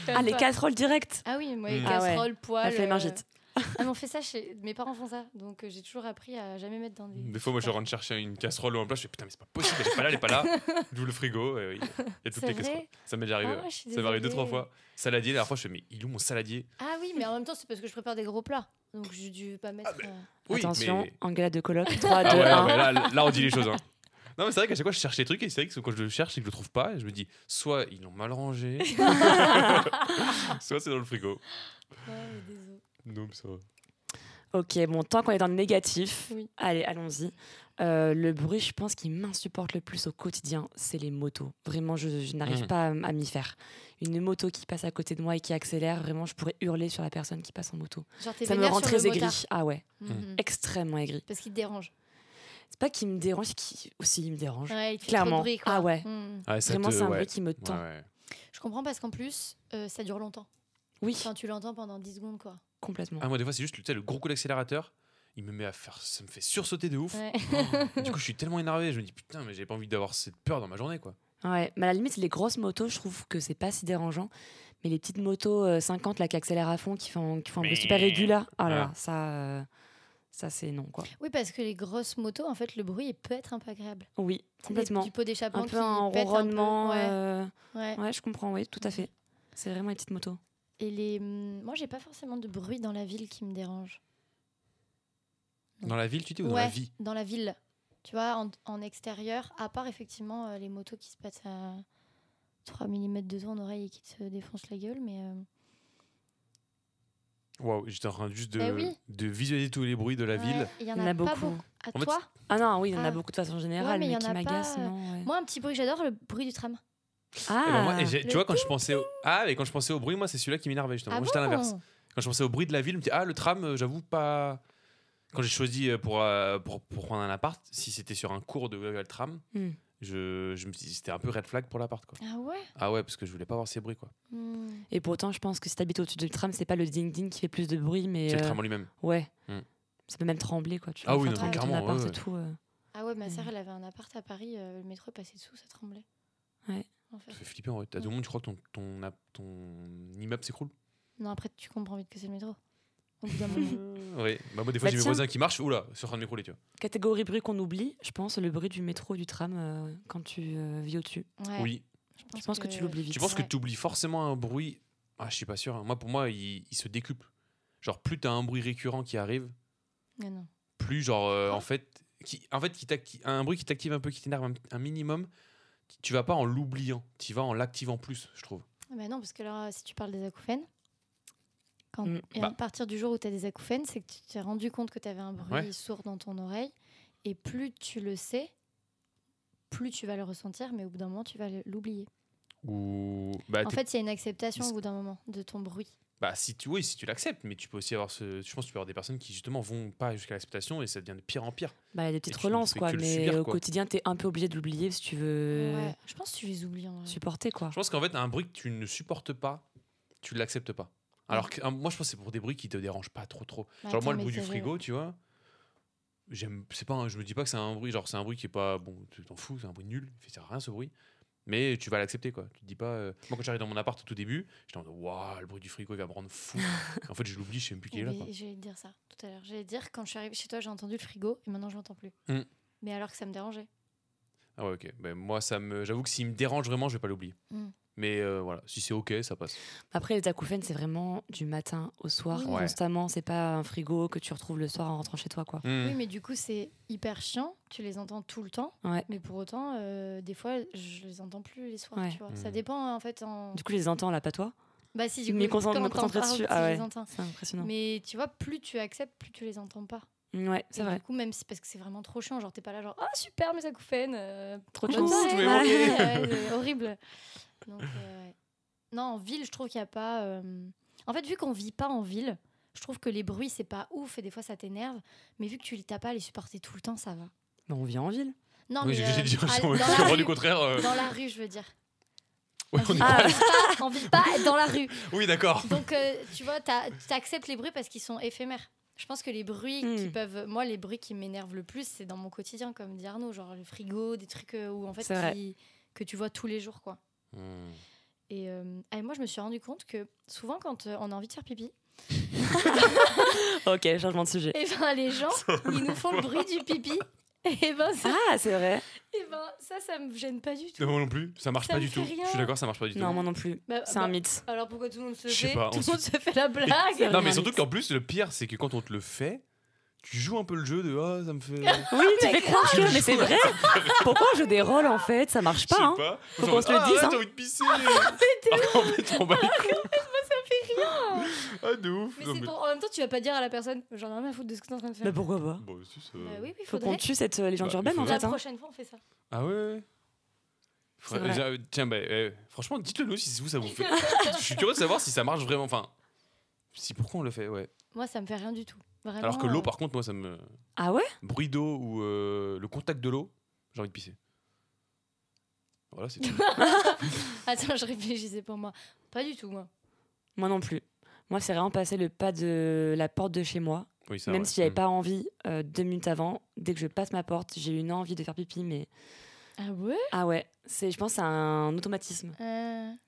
D: Ah, les
B: Pas.
D: casseroles directes
B: Ah oui, moi, les
C: Mm.
D: Ah ouais.
B: casseroles,
D: La
B: poils.
D: flémargite.
B: euh, Ah, mais on fait ça chez. Mes parents font ça. Donc, euh, j'ai toujours appris à jamais mettre dans des.
C: Des fois, moi, je rentre chercher une casserole ou un plat, je fais putain, mais c'est pas possible, elle est pas là, elle est pas là. D'où le frigo, et oui, il y a toutes
B: C'est
C: les
B: vrai
C: casseroles. Ça m'est déjà
B: Ah,
C: arrivé. ouais.
B: je suis
C: ça m'est arrivé deux,
B: désolée.
C: trois fois. Saladier, la dernière fois, je fais, mais il est où mon saladier
B: Ah oui, mais en même temps, c'est parce que je prépare des gros plats. Donc, je ne vais pas mettre. euh,
C: Oui,
D: Attention,
C: Ah, mais.
D: en galette de coloc, 3, 2,
C: Ah ouais,
D: 1.
C: non, mais là, là, on dit les choses. hein. Non, mais c'est vrai qu'à chaque fois, je cherche les trucs, et c'est vrai que quand je le cherche et que je le trouve pas, je me dis, soit ils l'ont mal rangé, soit c'est dans le frigo.
B: euh, ouais, mais désolé.
C: Non, mais ça va.
D: Ok, bon, tant qu'on est dans le négatif,
B: Oui.
D: allez, allons-y. Euh, le bruit, je pense, qui m'insupporte le plus au quotidien, c'est les motos. Vraiment, je, je n'arrive
C: Mm.
D: pas à, m- à m'y faire. Une moto qui passe à côté de moi et qui accélère, vraiment, je pourrais hurler sur la personne qui passe en moto.
B: Genre, t'es
D: Ça me
B: vénère
D: rend
B: sur
D: très
B: le motard.
D: aigri. Ah ouais,
B: Mhm.
D: extrêmement aigri.
B: Parce qu'il te dérange.
D: C'est pas qu'il me dérange, c'est qu'il aussi il me dérange.
B: Ouais, il te fait
D: Clairement.
B: trop de bruit, quoi.
D: Ah ouais.
B: Mhm.
C: Ouais, ça
D: Vraiment,
C: te-
D: c'est un
C: ouais.
D: bruit qui me
C: Ouais,
D: tend.
C: ouais.
B: Je comprends parce qu'en plus, euh, ça dure longtemps.
D: Oui,
B: Enfin, tu l'entends pendant 10 secondes, quoi.
D: complètement.
C: Ah, moi, des fois, c'est juste tu sais, le gros coup d'accélérateur. Il me met à faire. Ça me fait sursauter de ouf.
B: Ouais.
C: Oh, du coup, je suis tellement énervé. Je me dis, putain, mais j'ai pas envie d'avoir cette peur dans ma journée, quoi.
D: Ouais, mais à la limite, les grosses motos, je trouve que c'est pas si dérangeant. Mais les petites motos euh, 50 là, qui accélèrent à fond, qui font, qui font un bruit super aigu là, ah là, là,
C: Ouais.
D: ça, euh, ça c'est non quoi.
B: Oui, parce que les grosses motos, en fait, le bruit il peut être un peu agréable.
D: Oui,
B: C'est des-
D: complètement.
B: Du pot d'échappement
D: Un
B: qui
D: peu un
B: pète
D: ronronnement.
B: un peu. Ouais,
D: euh,
B: ouais.
D: ouais, je comprends, oui, tout à fait. C'est vraiment les petites motos.
B: Et les... hum, moi, j'ai pas forcément de bruit dans la ville qui me dérange.
C: Dans la ville, tu dis, ou dans
B: Ouais,
C: la vie
B: Dans la ville. Tu vois, en, en extérieur, à part effectivement euh, les motos qui se passent à 3 mm de ton oreille et qui te défoncent la gueule, mais... euh,
C: Waouh, j'étais en train juste de,
B: Bah oui.
C: de visualiser tous les bruits de la
B: ouais,
C: ville.
B: Il y en
D: Il y
B: a,
D: en a
B: pas
D: beaucoup.
B: beaucoup. À
C: En fait,
B: toi
D: Ah non, oui, il y en a
B: Ah.
D: beaucoup de façon générale,
B: mais il
D: mais,
B: y en
D: qui
B: a pas,
D: m'agacent,
B: euh,
D: non. ouais.
B: Moi, un petit bruit que j'adore, le bruit du tram.
D: Ah,
C: Eh ben, moi, et j'ai-
B: le
C: tu vois, quand je pensais au... Ah, mais quand je pensais au bruit, moi, c'est celui-là qui m'énervait, justement. moi, j'étais à l'inverse.
B: Ah bon
C: Quand je pensais au bruit de la ville, je me disais, ah, le tram, euh, j'avoue, pas. Quand j'ai choisi euh, pour, euh, pour, pour prendre un appart, si c'était sur un cours de euh, le tram,
D: Hmm.
C: je, je me dis c'était un peu red flag pour l'appart, quoi.
B: Ah ouais
C: Ah ouais, parce que je voulais pas avoir ces bruits, quoi.
B: Hmm.
D: Et pourtant, je pense que si t'habites au-dessus du tram, c'est pas le ding-ding qui fait plus de bruit, mais.
C: C'est le
D: euh,
C: tram en lui-même.
D: ouais.
C: Hmm.
D: Ça peut même trembler, quoi. Tu
C: Ah
D: vois,
C: oui,
D: enfin,
B: non, mais
D: trembler ton
C: clairement, ouais,
D: appart et
C: ouais.
D: tout, euh.
B: Ah ouais, ma
D: Mm.
B: sœur, elle avait un appart à Paris, euh, le métro passait dessous, ça tremblait.
D: Ouais.
B: En fait.
C: Ça fait flipper, en vrai.
D: Hmm.
C: T'as tout le monde, tu crois que ton, ton, app- ton immeuble s'écroule
B: Non, après, tu comprends vite que c'est le métro. Au bout d'un moment.
C: Oui. Bah, moi, des fois,
D: Bah,
C: j'ai mes
D: tiens.
C: voisins qui marchent, oula, c'est en train de m'écrouler, tu vois.
D: Catégorie bruit qu'on oublie, je pense, le bruit du métro, du tram, euh, quand tu euh, vis au-dessus.
B: Ouais,
C: Oui.
D: Je pense que, tu l'oublies vite.
C: Tu penses que
B: Ouais.
C: tu oublies forcément un bruit Ah, je suis pas sûr. hein. Moi, pour moi, il, il se décuple. Genre, plus t'as un bruit récurrent qui arrive,
B: Ah non.
C: plus, genre, euh, en fait, qui, en fait qui t'acti- un bruit qui t'active un peu, qui t'énerve un, un minimum, tu vas pas en l'oubliant, tu vas en l'activant plus, je trouve.
B: Ah bah non, parce que là, si tu parles des acouphènes, quand-
D: Mm.
B: et
C: Bah.
B: à partir du jour où tu as des acouphènes, c'est que tu t'es rendu compte que tu avais un bruit
C: Ouais.
B: sourd dans ton oreille. Et plus tu le sais, plus tu vas le ressentir, mais au bout d'un moment, tu vas l'oublier.
C: Ou. Bah,
B: en
C: t'es-
B: fait, il y a une acceptation
C: Dis-
B: au bout d'un moment de ton bruit.
C: bah, si tu, oui, si tu l'acceptes, mais tu peux aussi avoir ce. Je pense que tu peux avoir des personnes qui, justement, vont pas jusqu'à l'acceptation et ça devient de pire en pire.
D: Bah, il y a des petites
C: tu ne
D: relances,
C: fais
D: quoi,
C: que le
D: mais
C: subir,
D: au
C: quoi.
D: quotidien, t'es un peu obligé de l'oublier si tu veux
B: Ouais. Je pense que tu les oublies en vrai.
D: supporter, quoi.
C: Je pense qu'en fait, un bruit que tu ne supportes pas, tu l'acceptes pas. Alors que, euh, moi, je pense que c'est pour des bruits qui te dérangent pas trop, trop.
B: Mais
C: Genre
B: Bah, attends,
C: moi le
B: mais
C: bruit du
B: ça, je-
C: frigo, tu vois. J'aime c'est pas un- je me dis pas que c'est un bruit genre c'est un bruit qui est pas bon, tu t'en fous, c'est un bruit nul, il fait ça sert à rien ce bruit. Mais tu vas l'accepter quoi. Tu te dis pas euh, moi quand j'arrive dans mon appart au tout début, j'étais en mode waouh, le bruit du frigo il va me rendre fou. en fait, je l'oublie, je sais même plus qui est là
B: Oui,
C: quoi.
B: J'allais te dire ça tout à l'heure. J'allais te dire quand je suis arrivée chez toi, j'ai entendu le frigo et maintenant je l'entends plus.
C: Mm.
B: Mais alors que ça me dérangeait.
C: Ah ouais, OK. Ben moi ça me j'avoue que s'il me dérange vraiment, je vais pas l'oublier.
B: Mm.
C: Mais euh, voilà, si c'est OK, ça passe.
D: Après, les acouphènes, c'est vraiment du matin au soir,
C: Oui. Ouais.
D: constamment. C'est pas un frigo que tu retrouves le soir en rentrant chez toi, quoi.
C: Mm.
B: Oui, mais du coup, c'est hyper chiant. Tu les entends tout le temps.
D: Ouais.
B: Mais pour autant, euh, des fois, je les entends plus les soirs.
D: Ouais.
B: Tu vois. Ça
C: Mm.
B: dépend hein, en fait. En...
D: Du coup, je les entends là, pas toi.
B: Bah si, du
D: Mais
B: coup,
D: concentre-
B: quand
D: me
B: t'en
D: concentrer
B: parles,
D: dessus.
B: tu
D: Ah
B: les
D: ouais.
B: entends.
D: C'est impressionnant.
B: Mais tu vois, plus tu acceptes, plus tu les entends pas.
D: Mm, Ouais, c'est
B: Et
D: vrai.
B: Du coup, même si parce que c'est vraiment trop chiant, genre t'es pas là, genre ah super mes acouphènes, euh,
D: Trop de
B: Bonne
D: chance.
B: soirée.
D: Ouais.
B: Ouais, c'est horrible. Donc, euh, ouais. Non, en ville, je trouve qu'il n'y a pas. euh, En fait, vu qu'on vit pas en ville, je trouve que les bruits, c'est pas ouf et des fois ça t'énerve. Mais vu que tu t'as pas à les supporter tout le temps, ça va.
D: Mais Bah, on vient en ville.
B: Non,
C: Oui,
B: mais.
C: j'ai
B: euh,
C: j'ai dit
B: à- dans,
C: je suis
B: la
C: rendu
B: rue,
C: contraire. euh,
B: dans la rue, je veux dire.
C: ouais, on est-
D: Ah,
B: On vit pas dans la rue.
C: Oui, d'accord.
B: Donc, euh, tu vois, t'as- t'acceptes les bruits parce qu'ils sont éphémères. Je pense que les bruits
D: Mm.
B: qui peuvent. Moi, les bruits qui m'énervent le plus, c'est dans mon quotidien, comme dit Arnaud, genre le frigo, des trucs euh, où en fait
D: C'est vrai.
B: qui- que tu vois tous les jours, quoi.
C: Hmm.
B: Et, euh, ah, et moi, je me suis rendu compte que souvent, quand euh, on a envie de faire pipi,
D: Ok, changement de sujet.
B: et ben les gens, ils nous font le bruit du pipi. Et ben ça,
D: Ah, c'est vrai.
B: eh ben, ça, ça me gêne pas du tout.
C: Non, Moi non plus, ça marche
B: Ça
C: pas
B: me
C: du
B: fait
C: tout.
B: rien.
C: Je suis d'accord, ça marche pas du tout.
D: Non, moi non plus.
B: Bah,
D: C'est
B: bah,
D: un mythe.
B: Alors pourquoi tout le monde se
C: Je sais
B: fait
C: pas,
B: Tout
C: on
B: le monde se fait la blague.
C: Non, mais
D: Vraiment,
C: surtout
D: Ah, mais-
C: qu'en plus, le pire, c'est que quand on te le fait, tu joues un peu le jeu de Ah, ça me fait. Je
D: Oui, tu fais croire que. Mais c'est vrai. Pourquoi on joue des rôles en fait Ça marche
C: sais
D: pas. hein.
C: pas.
D: Faut
C: Genre,
D: qu'on se le
C: Ah,
D: dise,
C: ouais,
D: hein.
C: J'ai envie de pisser. Alors qu'en fait, on bat les couilles. Ah, de ouf.
B: Mais
C: Non,
B: c'est
C: mais-
B: pour... en même temps, tu vas pas dire à la personne, j'en ai rien à foutre de ce que t'es en train de faire.
D: Mais pourquoi pas
C: Bon, si, ça-
B: Bah oui, oui,
D: Faut qu'on
B: faudrait.
D: tue cette euh, légende
C: Bah, il
D: urbaine en
C: faudrait.
B: La
D: fait. hein.
B: prochaine fois, on fait ça.
C: Ah ouais, ouais.
D: C'est
C: Faudrait- euh, Tiens, bah, euh, franchement, dites-le nous si vous ça vous fait. Je suis curieux de savoir si ça marche vraiment. Enfin, si pourquoi on le fait, ouais.
B: Moi, ça me fait rien du tout. Vraiment,
C: Alors que l'eau,
B: euh,
C: par contre, moi, ça me.
D: Ah ouais
C: Bruit d'eau ou euh, le contact de l'eau, j'ai envie de pisser. Voilà, c'est tout.
B: Attends, je réfléchissais pour moi. Pas du tout, moi.
D: Moi non plus. Moi, c'est vraiment passer le pas de la porte de chez moi.
C: Oui, ça,
D: Même
C: ouais.
D: si j'avais
C: Mm.
D: pas envie euh, deux minutes avant, dès que je passe ma porte, j'ai eu une envie de faire pipi, mais
B: Ah ouais
D: ah ouais, c'est je pense c'est un automatisme.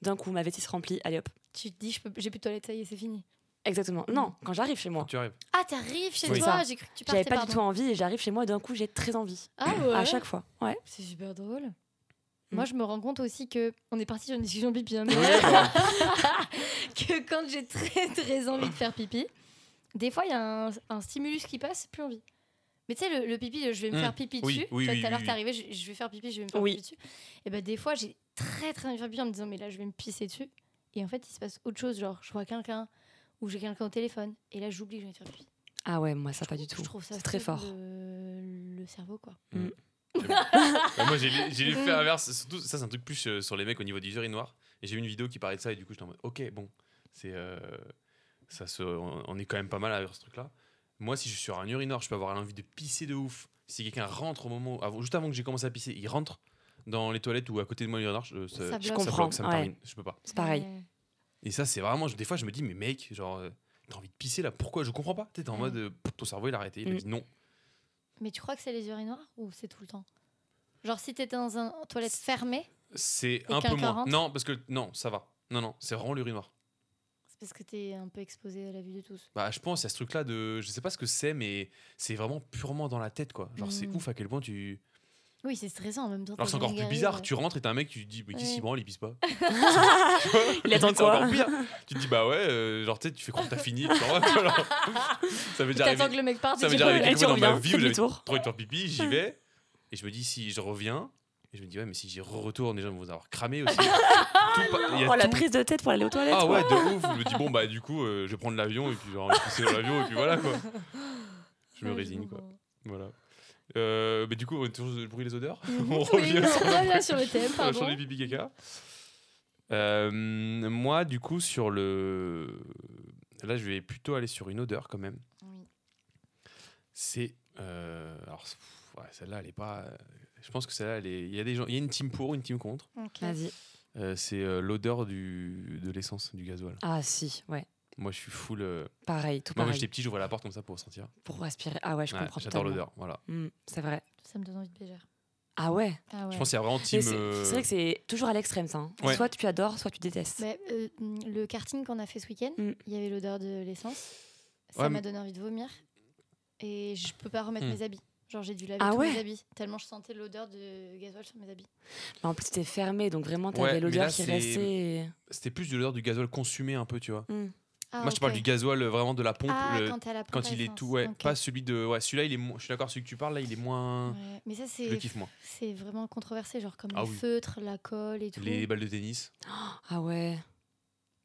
D: D'un coup, ma vétise se remplit, allez hop.
B: Euh, Tu te dis, je peux- j'ai plus de toilette, ça y est, c'est fini.
D: Exactement. Non, quand j'arrive chez moi,
C: Tu arrives.
B: Ah, t'arrives chez
C: Oui.
B: toi J'ai cru que tu partais.
D: j'avais pas du
B: pardon.
D: tout envie et j'arrive chez moi et d'un coup j'ai très envie.
B: Ah ouais
D: À chaque fois. Ouais.
B: C'est super drôle.
D: Mm.
B: Moi, je me rends compte aussi que. On est parti sur une discussion pipi, hein, mais- que quand j'ai très très envie de faire pipi, des fois, il y a un, un stimulus qui passe, plus envie. Mais tu sais, le, le pipi, le je vais me
C: Mm.
B: faire pipi
C: Oui,
B: dessus.
C: oui,
B: Toi,
C: oui,
B: tout à l'heure,
C: oui,
B: t'es arrivé, je, je vais faire pipi, je vais me faire
D: Oui.
B: pipi dessus. Et ben des fois, j'ai très très envie de faire pipi en me disant, mais là, je vais me pisser dessus. Et en fait, il se passe autre chose. Genre, je vois quelqu'un ou j'ai quelqu'un au téléphone. Et là, j'oublie que je vais faire pipi.
D: Ah ouais, moi ça pas du tout.
B: Je trouve ça
D: C'est très
B: fou,
D: fort.
B: Le, le cerveau, quoi.
C: Bah, moi, j'ai les- j'ai l'effet inverse. Surtout, ça, c'est un truc plus euh, sur les mecs au niveau des urinoirs. Et j'ai vu une vidéo qui parlait de ça, et du coup, j'étais en mode, ok, bon, c'est. euh, ça se, on, on est quand même pas mal à ce truc-là. Moi, si je suis sur un urinoir, je peux avoir l'envie de pisser de ouf. Si quelqu'un rentre au moment, où- avant, juste avant que j'ai commencé à pisser, il rentre dans les toilettes ou à côté de moi, l'urinoir, je, ça,
B: Ça
C: je
B: bloque.
C: ça bloque, ça me
D: Ouais.
C: termine. Je peux pas.
D: C'est pareil.
B: Ouais.
C: Et ça, c'est vraiment. je- Des fois, je me dis, mais mec, genre, euh, t'as envie de pisser là, pourquoi Je comprends pas. T'es en
B: Ouais.
C: mode, euh, pff, ton cerveau, il a arrêté. Il a
D: Mm.
C: dit non.
B: Mais tu crois que c'est les urinoirs ou c'est tout le temps Genre si t'étais dans un toilette fermée,
C: C'est un peu
B: quelqu'un
C: moins.
B: rentre
C: Non, parce que. Non, ça va. Non, non, c'est vraiment l'urinoir.
B: c'est parce que t'es un peu exposé à la vue de tous.
C: Bah, je pense à ce truc-là de. Je sais pas ce que c'est, mais c'est vraiment purement dans la tête, quoi. Genre, c'est
D: Hmm.
B: Mm.
C: ouf à quel point tu.
B: Oui, c'est stressant en même temps.
C: Alors,
B: t'as
C: c'est encore
B: envie
C: plus
B: de
C: bizarre.
B: garer,
C: Tu rentres et t'as un mec, tu te dis, mais qui
B: Ouais.
C: s'y branle, il pisse pas.
D: Il attend
C: C'est
D: quoi
C: encore pire. Tu te dis, bah ouais, euh, genre, tu sais, tu fais croire que t'as fini. puis genre, voilà. ça m'est
B: ouais.
C: déjà
B: T'attends que
C: arrivé.
B: le mec parte.
C: Ça
B: et
C: m'est
B: tu
C: déjà arrivé
D: Et
C: quelques
D: tu
C: fois dans ma
D: reviens,
C: vie où j'avais trop
D: demi-tour.
C: envie de faire pipi, j'y vais. Et je me dis, si je reviens. Et je me dis, ouais, mais si j'y retourne, les gens vont vous avoir cramé aussi. Tout pa- il y a
D: Oh la
C: tout-
D: prise de tête pour aller aux toilettes.
C: Ah
D: quoi.
C: ouais, de ouf. Je me dis, bon, bah du coup, euh, je vais prendre l'avion et puis genre, je vais pisser dans l'avion et puis voilà, quoi. Je me
B: Ouais,
C: résigne, quoi.
B: comprends.
C: Voilà. Euh, mais du coup, on est toujours sur le bruit des odeurs.
B: Mhm.
C: on
B: Oui,
C: revient
B: non,
C: sur,
B: on revient sur le thème,
C: sur la
B: pardon.
C: journée pipi caca. Euh, moi, du coup, sur le. Là, je vais plutôt aller sur une odeur quand même.
B: Oui.
C: C'est. euh, alors, c'est- pff, ouais, celle-là, elle est pas. euh, Je pense que celle-là, elle est- il y a des gens, il y a une team pour, une team contre.
B: Ok.
D: Vas-y.
C: Euh, c'est euh, l'odeur du de l'essence du gasoil.
D: Ah si, ouais.
C: Moi, je suis full. euh,
D: Pareil, tout
C: Moi, quand
D: pareil.
C: j'étais petit, j'ouvrais la porte comme ça pour ressentir.
D: Pour respirer. Ah ouais, je
C: Ouais,
D: comprends
C: J'adore
D: totalement.
C: l'odeur. Voilà.
D: Hmm, c'est vrai.
B: Ça me donne envie de bégère.
D: Ah ouais.
B: Ah ouais.
C: Je pense qu'il y a vraiment
D: Mais
C: team.
D: C'est
C: euh,
D: c'est vrai que c'est toujours à l'extrême ça. hein.
C: Ouais.
D: Soit tu adores, soit tu détestes.
B: Mais, euh, le karting qu'on a fait ce week-end, il
D: Mm.
B: y avait l'odeur de l'essence. Ça
C: Ouais,
B: m'a
C: mais-
B: donné envie de vomir. Et je peux pas remettre
C: Mm.
B: mes habits. Genre j'ai dû laver
D: Ah
B: tous
D: ouais
B: mes habits. Tellement je sentais l'odeur de gasoil sur mes habits.
D: Mais Bah, En plus, c'était fermé, donc vraiment,
C: Ouais,
D: t'avais
C: mais
D: l'odeur
C: là,
D: qui
C: c'est-
D: restait.
C: C'était plus de l'odeur du gasoil consumé un peu, tu vois.
D: hum.
B: Ah,
C: Moi, je te parle
B: ok.
C: du gasoil euh, vraiment de la pompe.
B: Ah,
C: le-
B: quand, t'as la pompe
C: quand
B: à
C: il est
B: essence.
C: tout, ouais,
B: Ok.
C: pas celui de, ouais, celui-là il est, moins- je suis d'accord, celui que tu parles là, il est moins,
B: Ouais, Mais ça,
C: je le
B: c'est
C: kiffe moins.
B: c'est vraiment controversé, genre comme
C: Ah
B: les
C: oui.
B: feutres, la colle et tout.
C: Les balles de tennis.
D: Ah ouais.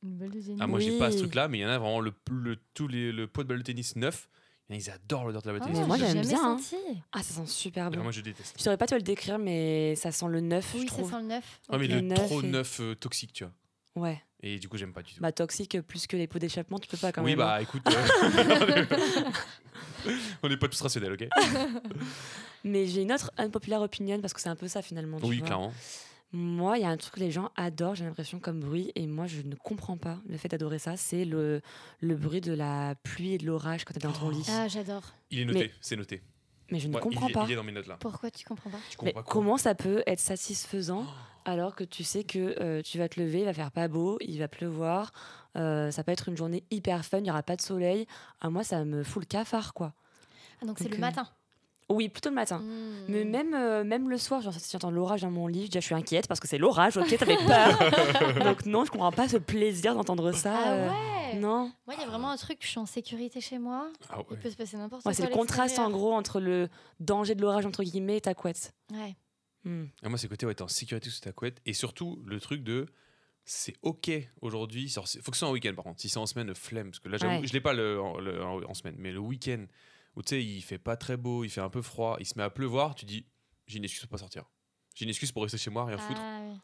B: Une balle de zénith.
C: Ah, moi, j'ai pas ce
D: Oui.
C: truc-là, mais il y en a vraiment le, le tous les le pot de balles de tennis neuf. il y en a, Ils adorent l'odeur de la balle de
B: Ah,
C: tennis.
D: Mais moi,
B: j'ai
D: j'aime
B: jamais
D: bien, hein.
B: Senti.
D: Ah, ça sent super
C: Ah,
D: bon.
C: moi, je déteste.
D: Je saurais pas te le décrire, mais ça sent le neuf,
B: Oui,
D: je
B: ça
D: trouve.
B: sent le neuf.
C: Ouais, Ah, mais
B: Ok.
C: le
D: Le neuf
C: trop
D: et-
C: neuf euh, toxique, tu vois.
D: Ouais.
C: Et du coup, j'aime pas du tout.
D: Bah, toxique plus que les pots d'échappement, tu peux pas quand
C: oui,
D: même. hein.
C: bah écoute, euh, on est pas tous rationnels, ok
D: Mais j'ai une autre unpopular opinion parce que c'est un peu ça finalement. tu
C: Oui,
D: vois.
C: clairement.
D: Moi, il y a un truc que les gens adorent, j'ai l'impression, comme bruit, et moi, je ne comprends pas le fait d'adorer ça. C'est le, le bruit de la pluie et de l'orage quand t'es dans ton lit.
B: Ah, j'adore.
C: Il est noté,
D: Mais-
C: c'est noté.
D: Mais je ne
C: Ouais,
D: comprends
C: il, est-
D: pas.
C: il est dans mes notes là.
B: Pourquoi tu comprends pas
C: Je
D: Mais
C: comprends pas Oh. quoi.
D: comment ça peut être satisfaisant alors que tu sais que euh, tu vas te lever, il va faire pas beau, il va pleuvoir, euh, ça peut être une journée hyper fun, il n'y aura pas de soleil. Ah, moi, ça me fout le cafard, quoi.
B: Ah, donc c'est
D: Donc,
B: le
D: euh,
B: matin.
D: Oui, plutôt le matin. Mais
B: Mm.
D: même, euh, même le soir, genre, si j'entends l'orage dans mon lit, déjà, je suis inquiète parce que c'est l'orage, ok, t'avais peur. Donc non, je comprends pas ce plaisir d'entendre ça.
B: Ah
D: euh,
B: ouais
D: Non,
B: Moi, il y a vraiment un truc, je suis en sécurité chez moi.
C: Ah ouais.
B: Il peut se passer n'importe
D: Ouais,
B: quoi.
D: c'est
B: à
D: le contraste en
B: l'extérieur.
D: gros entre le danger de l'orage entre guillemets et ta couette.
B: Ouais.
D: Hmm.
C: Ah, moi, c'est côté, ouais, t'es en sécurité sous ta couette. Et surtout, le truc de. C'est ok aujourd'hui. genre, c'est- Faut que ce soit en week-end, par contre. Si c'est en semaine, flemme. Parce que là, j'avoue,
D: Ouais.
C: je l'ai pas le, en, le- en- en semaine, mais le week-end où tu sais, il fait pas très beau, il fait un peu froid, il se met à pleuvoir, tu dis, j'ai une excuse pour pas sortir. J'ai une excuse pour rester chez moi, rien foutre.
B: Ah, ouais.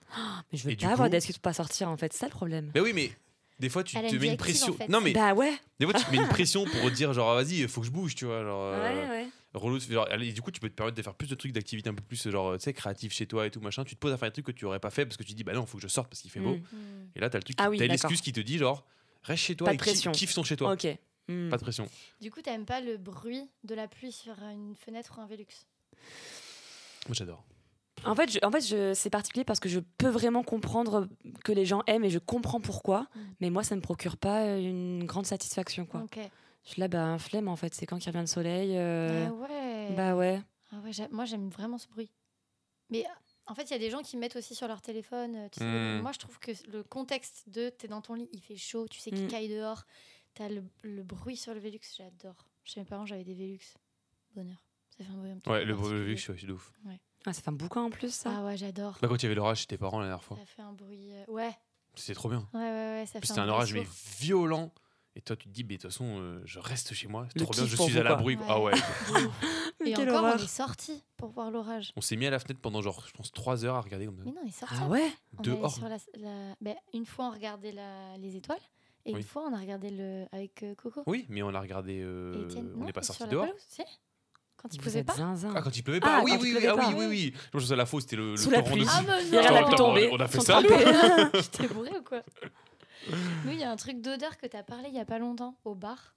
D: Mais je veux
C: Et du
D: pas avoir
C: coup-
D: d'excuses pour pas sortir en fait, c'est ça le problème.
C: Mais oui, mais des fois, tu
B: Elle a
C: te
B: une
C: mets
B: vie
C: une
B: active,
C: pression.
B: en fait.
C: Non, mais
D: Bah ouais.
C: des fois, tu te mets une pression pour dire, genre, ah, vas-y, faut que je bouge, tu vois. Genre, euh,
D: ouais, ouais.
C: relou, genre, allez, et du coup, tu peux te permettre de faire plus de trucs, d'activités un peu plus, genre, tu sais, créatif chez toi et tout, machin. Tu te poses à faire des trucs que tu aurais pas fait parce que tu dis, bah non, faut que je sorte parce qu'il fait beau.
D: Hmm.
B: Mm.
C: Et là, t'as le truc,
D: Ah
C: qui-
D: oui,
C: t'as
D: d'accord.
C: l'excuse qui te dit genre reste chez toi
D: Pas
C: et
D: de
C: kiffe-
D: pression.
C: kiffe son chez toi.
D: Ok. Hmm.
C: Pas de pression.
B: Du coup, t'aimes pas le bruit de la pluie sur une fenêtre ou un Velux
C: Moi, j'adore.
D: En fait, je, en fait je, c'est particulier parce que je peux vraiment comprendre que les gens aiment et je comprends pourquoi,
B: Mm.
D: mais moi ça me procure pas euh, une grande satisfaction quoi.
B: Ok.
D: Je suis là, bah flemme en fait, c'est quand qu'il revient le soleil. euh,
B: Ah ouais.
D: Bah ouais.
B: Ah ouais, j'a- moi j'aime vraiment ce bruit. Mais euh, en fait, il y a des gens qui mettent aussi sur leur téléphone. euh, tu sais,
C: Hmm.
B: Moi, je trouve que le contexte de t'es dans ton lit, il fait chaud, tu sais qu'il
C: Mmh.
D: Hmm.
B: caille dehors, t'as le, le bruit sur le Velux, j'adore. Chez mes parents, j'avais des Velux. Bonheur. Ça fait un bruit un petit
C: Ouais,
B: peu
C: le bruit
B: particulier.
C: je suis de ouf.
D: Ah, ça fait un bouquin en plus ça.
B: Ah ouais, j'adore.
C: Bah, quand il y avait l'orage chez tes parents la dernière fois,
B: Ça fait un bruit. euh, Ouais,
C: c'était trop bien.
B: ouais, ouais, ouais ça
C: Puis
B: fait
C: c'était un
B: bruit
C: orage, mais
B: sourd.
C: violent. Et toi, tu te dis, mais de toute façon, euh, je reste chez moi. C'est
D: Le
C: Trop bien,
D: kiff
C: je
D: pour
C: suis
D: vous,
C: à l'abri.
B: quoi.
C: Ah ouais.
B: Et
D: Quelle
B: encore,
D: horreur.
B: on est sorti pour voir l'orage.
C: On s'est mis à la fenêtre pendant genre, je pense, 3 heures à regarder comme ça.
B: Mais non, il est sorti.
D: Ah ouais.
B: On allait
C: Euh. Dehors.
B: sur la- la- ben, une fois, on regardait la- les étoiles. Et
C: Oui.
B: une fois, on a regardé le... avec euh, Coco.
C: Oui, mais on a regardé.
B: Et
C: euh,
B: Étienne,
C: on
B: non,
C: n'est pas
B: sur
C: sorti
B: la
C: dehors.
B: pelouse, si Quand il
D: Vous
B: pleuvait
D: êtes
B: pas
D: zinzin.
C: Ah, quand il pleuvait pas.
D: Ah,
C: oui,
D: quand il
C: oui, oui,
D: pleuvait
C: ah, oui,
D: pas.
C: oui, oui. Je pense que la fausse, c'était le, le
D: Sous la
C: torrent
D: pluie.
C: de
B: Ah,
C: pluie.
B: mais
D: Il y a
C: Attends,
D: rien à
B: non
C: attends,
D: tomber.
C: on a fait
D: Ils sont
C: ça, Ah nous
D: trempés.
B: Tu t'es bourré ou quoi Nous, il y a un truc d'odeur que t'as parlé il y a pas longtemps au bar.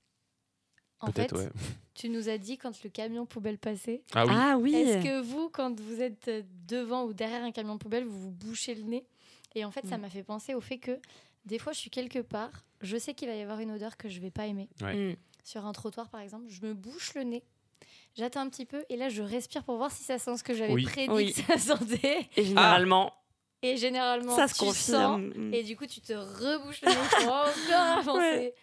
B: En fait,
C: Peut-être, ouais.
B: tu nous as dit quand le camion poubelle passait.
C: Ah oui.
D: Ah oui.
B: Est-ce que vous, quand vous êtes devant ou derrière un camion poubelle, vous vous bouchez le nez Et en fait, ça
D: Mm.
B: m'a fait penser au fait que des fois, je suis quelque part, je sais qu'il va y avoir une odeur que je vais pas aimer.
D: Hmm.
B: Sur un trottoir, par exemple, je me bouche le nez. J'attends un petit peu et là je respire pour voir si ça sent ce que j'avais
C: Oui.
B: prédit
D: Oui.
B: que ça sentait.
C: Ah.
D: Et généralement,
B: Et généralement,
D: ça se
B: tu
D: confirme.
B: sens
D: Hmm.
B: et du coup, tu te rebouches le nez pour encore avancer.
D: Ouais.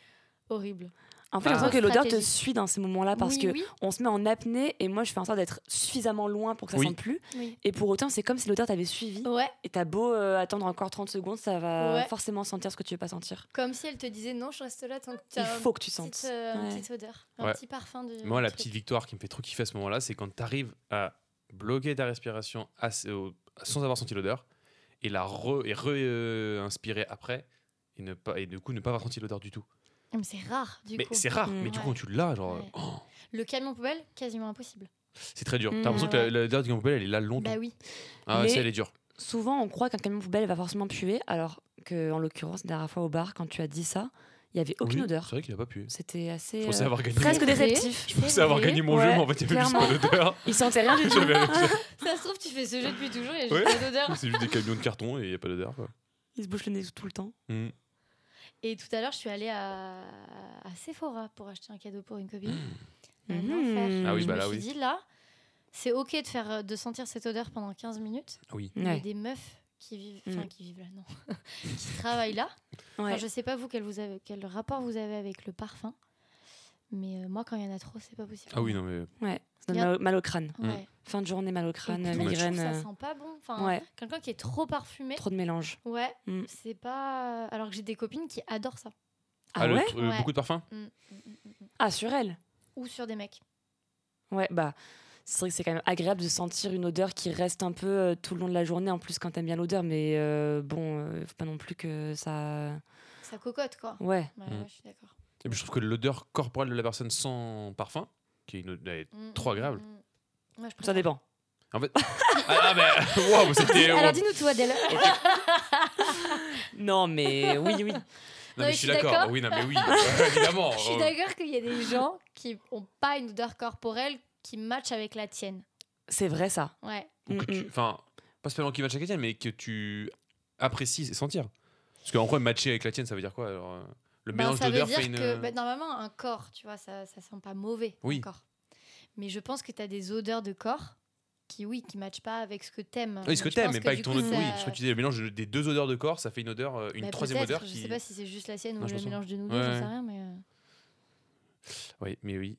B: Horrible.
D: En fait,
C: Ah.
D: j'ai l'impression que l'odeur te
B: Stratégie.
D: suit dans ces moments-là Ah, parce
B: oui,
D: que
B: oui,
D: on se met en apnée et moi je fais en sorte d'être suffisamment loin pour que ça
C: Oui.
D: sente plus.
B: oui.
D: Et pour autant, c'est comme si l'odeur t'avait suivi
B: Ouais,
D: et t'as beau euh, attendre encore 30 secondes, ça va
B: Ouais.
D: forcément sentir ce que tu veux pas sentir.
B: comme si elle te disait non, je reste là tant que tu
D: Il
B: as
D: faut que tu
B: une
D: sentes.
B: petite, euh, une
D: Ouais.
B: petite odeur, un
C: Ouais.
B: petit parfum de.
C: Moi, la
B: truc.
C: petite victoire qui me fait trop kiffer à ce moment-là, c'est quand tu arrives à bloquer ta respiration assez- au- sans avoir senti l'odeur et la re, et re- euh, inspirer après et, ne pas, et du coup ne pas avoir senti l'odeur du tout.
B: Mais c'est rare du
C: mais
B: coup.
C: c'est rare,
D: Mm.
C: mais du coup,
B: Ouais.
C: quand tu l'as, genre,
B: Ouais.
C: oh,
B: Le camion poubelle, quasiment impossible.
C: c'est très dur.
D: Mm.
C: T'as l'impression que la- la- l'odeur du camion poubelle, elle est là longtemps.
B: Bah oui.
C: Ah,
D: Mais-
C: si, elle est dure.
D: Souvent, on croit qu'un camion poubelle va forcément puer, alors que en l'occurrence, la dernière fois au bar, quand tu as dit ça, il y avait aucune
C: Oui,
D: odeur.
C: C'est vrai qu'il a pas pu.
D: C'était assez
C: Je pensais
D: euh,
C: avoir gagné,
D: presque
B: C'est vrai.
D: déceptif.
C: je pensais avoir gagné mon jeu,
D: Ouais,
C: mais en fait, il y avait juste pas
D: clairement.
C: d'odeur.
D: Il sentait rien du tout.
C: J'avais-
B: Ça se trouve, tu fais ce jeu depuis toujours et j'ai
C: Ouais.
B: pas d'odeur.
C: C'est juste des camions de carton et il n'y a pas d'odeur. quoi.
D: Il se bouche le nez tout le temps.
C: Mm.
B: Et tout à l'heure, je suis allée à, à Sephora pour acheter un cadeau pour une copine. Un
D: Mhm.
B: enfer.
C: Ah oui,
B: je
C: bah
B: me
C: là,
B: suis
C: oui.
B: dit, là, c'est OK de, faire, de sentir cette odeur pendant 15 minutes.
C: Oui.
B: Il y a
D: Ouais.
B: des meufs qui vivent, enfin
D: Mm.
B: qui vivent là, non, qui travaillent là. Enfin,
D: Ouais.
B: je sais pas vous quel, vous avez, quel rapport vous avez avec le parfum, mais euh, moi, quand il y en a trop, c'est pas possible.
C: Ah oui, non, mais.
D: Ouais. Ça donne
B: Y a-
D: mal au- mal au crâne.
C: Mm.
B: Ouais.
D: Fin de journée, mal au
B: Et
D: crâne,
B: puis, je trouve
D: migraine.
B: ça
D: euh,
B: sent hein. pas bon. Enfin,
D: Ouais.
B: quelqu'un qui est trop parfumé.
D: Trop de mélange.
B: Ouais,
D: Mm.
B: c'est pas. Alors que j'ai des copines qui adorent ça.
D: Ah,
C: le
D: ouais
C: tr- euh,
B: Ouais.
C: Beaucoup de parfums
B: Mm, mm, mm, mm.
D: Ah, sur elle
B: Ou sur des mecs.
D: Ouais, bah, c'est vrai que c'est quand même agréable de sentir une odeur qui reste un peu euh, tout le long de la journée, en plus quand t'aimes bien l'odeur, mais euh, bon, euh, faut pas non plus que ça.
B: Ça cocotte, quoi.
D: Ouais.
B: Ouais,
C: Mm.
B: ouais, je suis d'accord.
C: Et puis, je trouve que l'odeur corporelle de la personne sans parfum, qui est une, elle est
B: Mm,
C: Trop
B: mm,
C: agréable.
B: mm, mm. Ouais, je
D: Ça
B: préfère.
D: dépend.
C: En fait. ah, ah, mais. Waouh, c'était.
B: Alors dis-nous tout, Adèle.
D: Non, mais oui, oui.
B: euh,
C: Non, mais je suis d'accord. Oui, non, mais oui. euh, Évidemment.
B: Je suis d'accord qu'il y a des gens qui n'ont pas une odeur corporelle qui matche avec la tienne.
D: C'est vrai ça. Mm,
B: Ouais.
C: Ou que
B: Mm,
C: tu- Enfin, pas spécialement qui matche avec la tienne, mais que tu apprécies et sentir. Parce qu'en vrai, matcher avec la tienne, ça veut dire quoi alors, euh, Le
B: Bah,
C: mélange
B: ça veut
C: d'odeurs
B: dire
C: fait une. euh,
B: que bah, normalement un corps, tu vois, ça, ça sent pas mauvais.
C: Oui.
B: un corps. Mais je pense que tu as des odeurs de corps qui, oui, qui matchent pas avec ce que t'aimes.
C: oui, ce que
B: Donc, je
C: t'aimes,
B: pense
C: mais pas avec
B: du
C: ton
B: coup,
C: odeur. Oui,
B: ça-
C: je crois que tu dis le mélange de- des deux odeurs de corps, ça fait une odeur, euh, une
B: bah,
C: troisième
B: peut-être,
C: odeur
B: Je
C: qui.
B: sais pas si c'est juste la sienne
C: Non,
B: ou
C: je
B: le
C: pense pas.
B: mélange de nous deux,
C: Ouais,
B: j'en sais
C: ouais.
B: rien, mais. euh,
C: Oui, mais oui.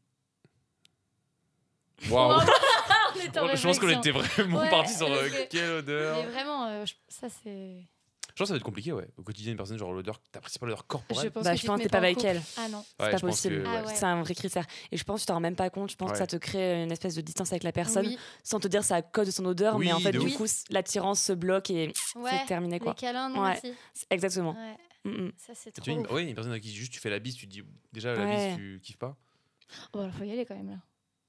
B: Oh,
C: Waouh Oh,
B: on est en
C: Je pense qu'on
B: réflexion.
C: était vraiment
B: Ouais,
C: parti sur euh,
B: parce que-
C: quelle odeur.
B: Mais vraiment, euh, je- ça c'est.
C: Je pense que ça va être compliqué, ouais. Au quotidien, une personne, genre l'odeur, t'apprécies pas l'odeur corporelle.
B: pense
D: bah,
B: que
D: je
B: tu te
D: pense que
B: mets
D: t'es pas
B: en
D: avec
B: couple.
D: elle.
B: Ah non.
D: C'est
C: Ouais,
D: pas
C: je pense que-
D: possible.
B: Ah ouais.
D: C'est un vrai critère. Et je pense que tu t'en rends même pas compte. Je pense
C: Ouais.
D: que ça te crée une espèce de distance avec la personne
B: Oui.
D: sans te dire c'est à cause de son odeur.
C: Oui,
D: mais en fait,
C: de
D: du
B: ouf.
D: coup, l'attirance se bloque et
B: Ouais.
D: c'est terminé
B: Les
D: quoi.
B: câlins, non,
D: Ouais.
B: merci.
D: Exactement.
B: Ouais,
D: Mm, mm.
B: ça c'est
C: Tu
B: trop.
C: vois, une,
B: ouf.
C: ouais, une personne à qui juste tu fais la bise, tu te dis déjà la
D: Ouais.
C: bise, tu kiffes pas.
B: Bon, alors faut y aller quand même là.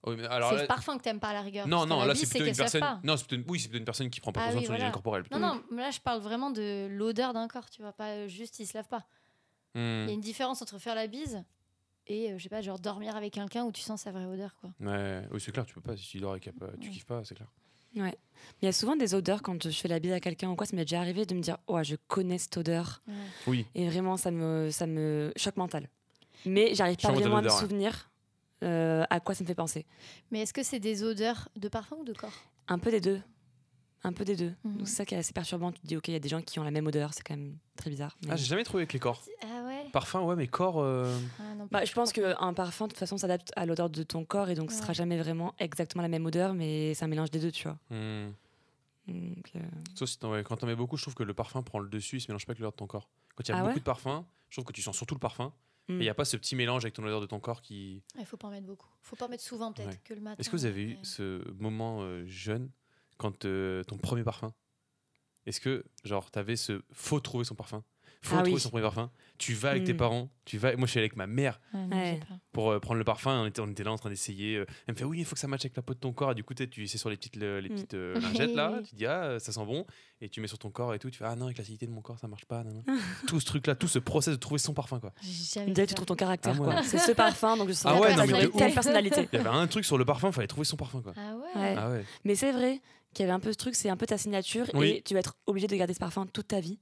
C: Oh, oui, mais alors
B: c'est
C: là-
B: le parfum que t'aimes pas à la rigueur.
C: non,
B: parce qu'à
C: non,
B: la
C: là
B: bise,
C: c'est plutôt une
B: qu'elles savent
C: personne. Mm.
B: pas.
C: Non, c'est plutôt une- oui, c'est plutôt une personne qui prend pas
B: Ah
C: conscience
B: oui,
C: de son hygiène
B: voilà.
C: corporelle. plutôt.
B: Non, non, mais là je parle vraiment de l'odeur d'un corps, tu vois, pas euh, juste il se lave pas. Il y a
C: Hmm,
B: une différence entre faire la bise et, euh, je sais pas, genre dormir avec quelqu'un où tu sens sa vraie odeur, quoi.
C: Ouais, oui, c'est clair, tu peux pas. Si tu dors avec, euh, tu kiffes pas, c'est clair.
D: mm. Il y a souvent des odeurs quand je fais la bise à quelqu'un ou quoi. Ça m'est déjà arrivé de me dire oh je connais cette odeur.
C: Oui.
D: Et vraiment, ça me, ça me choque mental. Mais j'arrive pas
C: Chambre de
D: vraiment à me
C: l'odeur, ouais.
D: souvenir euh, à quoi ça me fait penser.
B: Mais est-ce que c'est des odeurs de parfum ou de corps
D: Un peu des deux. Un peu des deux.
B: Mhm.
D: Donc c'est ça qui est assez perturbant. Tu te dis, ok, il y a des gens qui ont la même odeur, c'est quand même très bizarre. mais-
C: Ah, j'ai jamais trouvé avec les corps.
B: Ah ouais
C: Parfum, ouais, mais corps. euh,
B: Ah non,
D: Bah, je pense qu'un parfum, de toute façon, s'adapte à l'odeur de ton corps et donc ce sera
B: Ouais.
D: jamais vraiment exactement la même odeur, mais c'est un mélange des deux, tu vois.
C: hmm.
D: Donc, euh,
C: Sauf si t'en- ouais, quand t'en mets beaucoup, je trouve que le parfum prend le dessus, il se mélange pas avec l'odeur de ton corps. Quand il y a
D: Ah ouais
C: beaucoup de parfum, je trouve que tu sens surtout le parfum.
D: Hmm.
C: Et il n'y a pas ce petit mélange avec ton odeur de ton corps qui.
B: Il faut pas en mettre beaucoup. Faut pas en mettre souvent peut-être
C: Ouais.
B: que le matin.
C: Est-ce que vous avez eu
B: mais-
C: ce moment euh, jeune quand euh, ton premier parfum Est-ce que genre t'avais ce faut trouver son parfum, faut
D: Ah
C: trouver
D: oui.
C: son premier parfum. Tu vas avec tes
D: Hmm.
C: parents, tu vas. Moi je suis allé avec ma mère
B: Ah non,
D: Ouais.
B: j'ai pas.
C: pour euh, prendre le parfum. On était, on était là en train d'essayer. euh, elle me fait oui, il faut que ça matche avec la peau de ton corps. Et du coup t'es- tu sais sur les petites le- les
D: Hmm.
C: petites euh, lingettes là, tu dis ah euh, ça sent bon et tu mets sur ton corps et tout. Tu fais ah non avec l'acidité de mon corps ça marche pas. nan, nan. tout ce truc là, tout ce process de trouver son parfum quoi.
B: J'ai
D: on
B: jamais fait
D: dirait que tu
B: ça.
D: trouves ton caractère,
C: Ah, moi.
D: quoi. C'est ce parfum, donc je sens
C: Ah ouais, non,
D: que ça
C: mais
D: fait
C: de
D: telle
C: ouf.
D: personnalité.
C: Il y avait un truc sur le parfum, fallait trouver son parfum quoi.
B: Ah ouais,
D: Ouais.
C: Ah ouais.
D: Mais c'est vrai qu'il y avait un peu ce truc, c'est un peu ta signature
C: Oui.
D: et tu vas être obligé de garder ce parfum toute ta vie.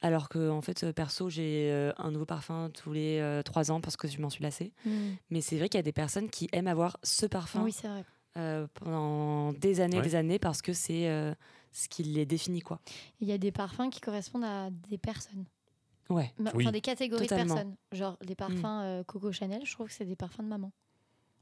D: Alors que, en fait, euh, perso, j'ai euh, un nouveau parfum tous les euh, trois ans parce que je m'en suis lassée.
B: Hmm.
D: Mais c'est vrai qu'il y a des personnes qui aiment avoir ce parfum
B: Oui, c'est vrai.
D: euh, pendant des années et
C: Ouais.
D: des années parce que c'est euh, ce qui les définit, quoi.
B: Il y a des parfums qui correspondent à des personnes.
D: Ouais.
B: Ma-
C: Oui. Mm.
B: Enfin, des catégories
D: Totalement.
B: de personnes. Genre, les parfums euh, Coco Chanel, je trouve que c'est des parfums de maman.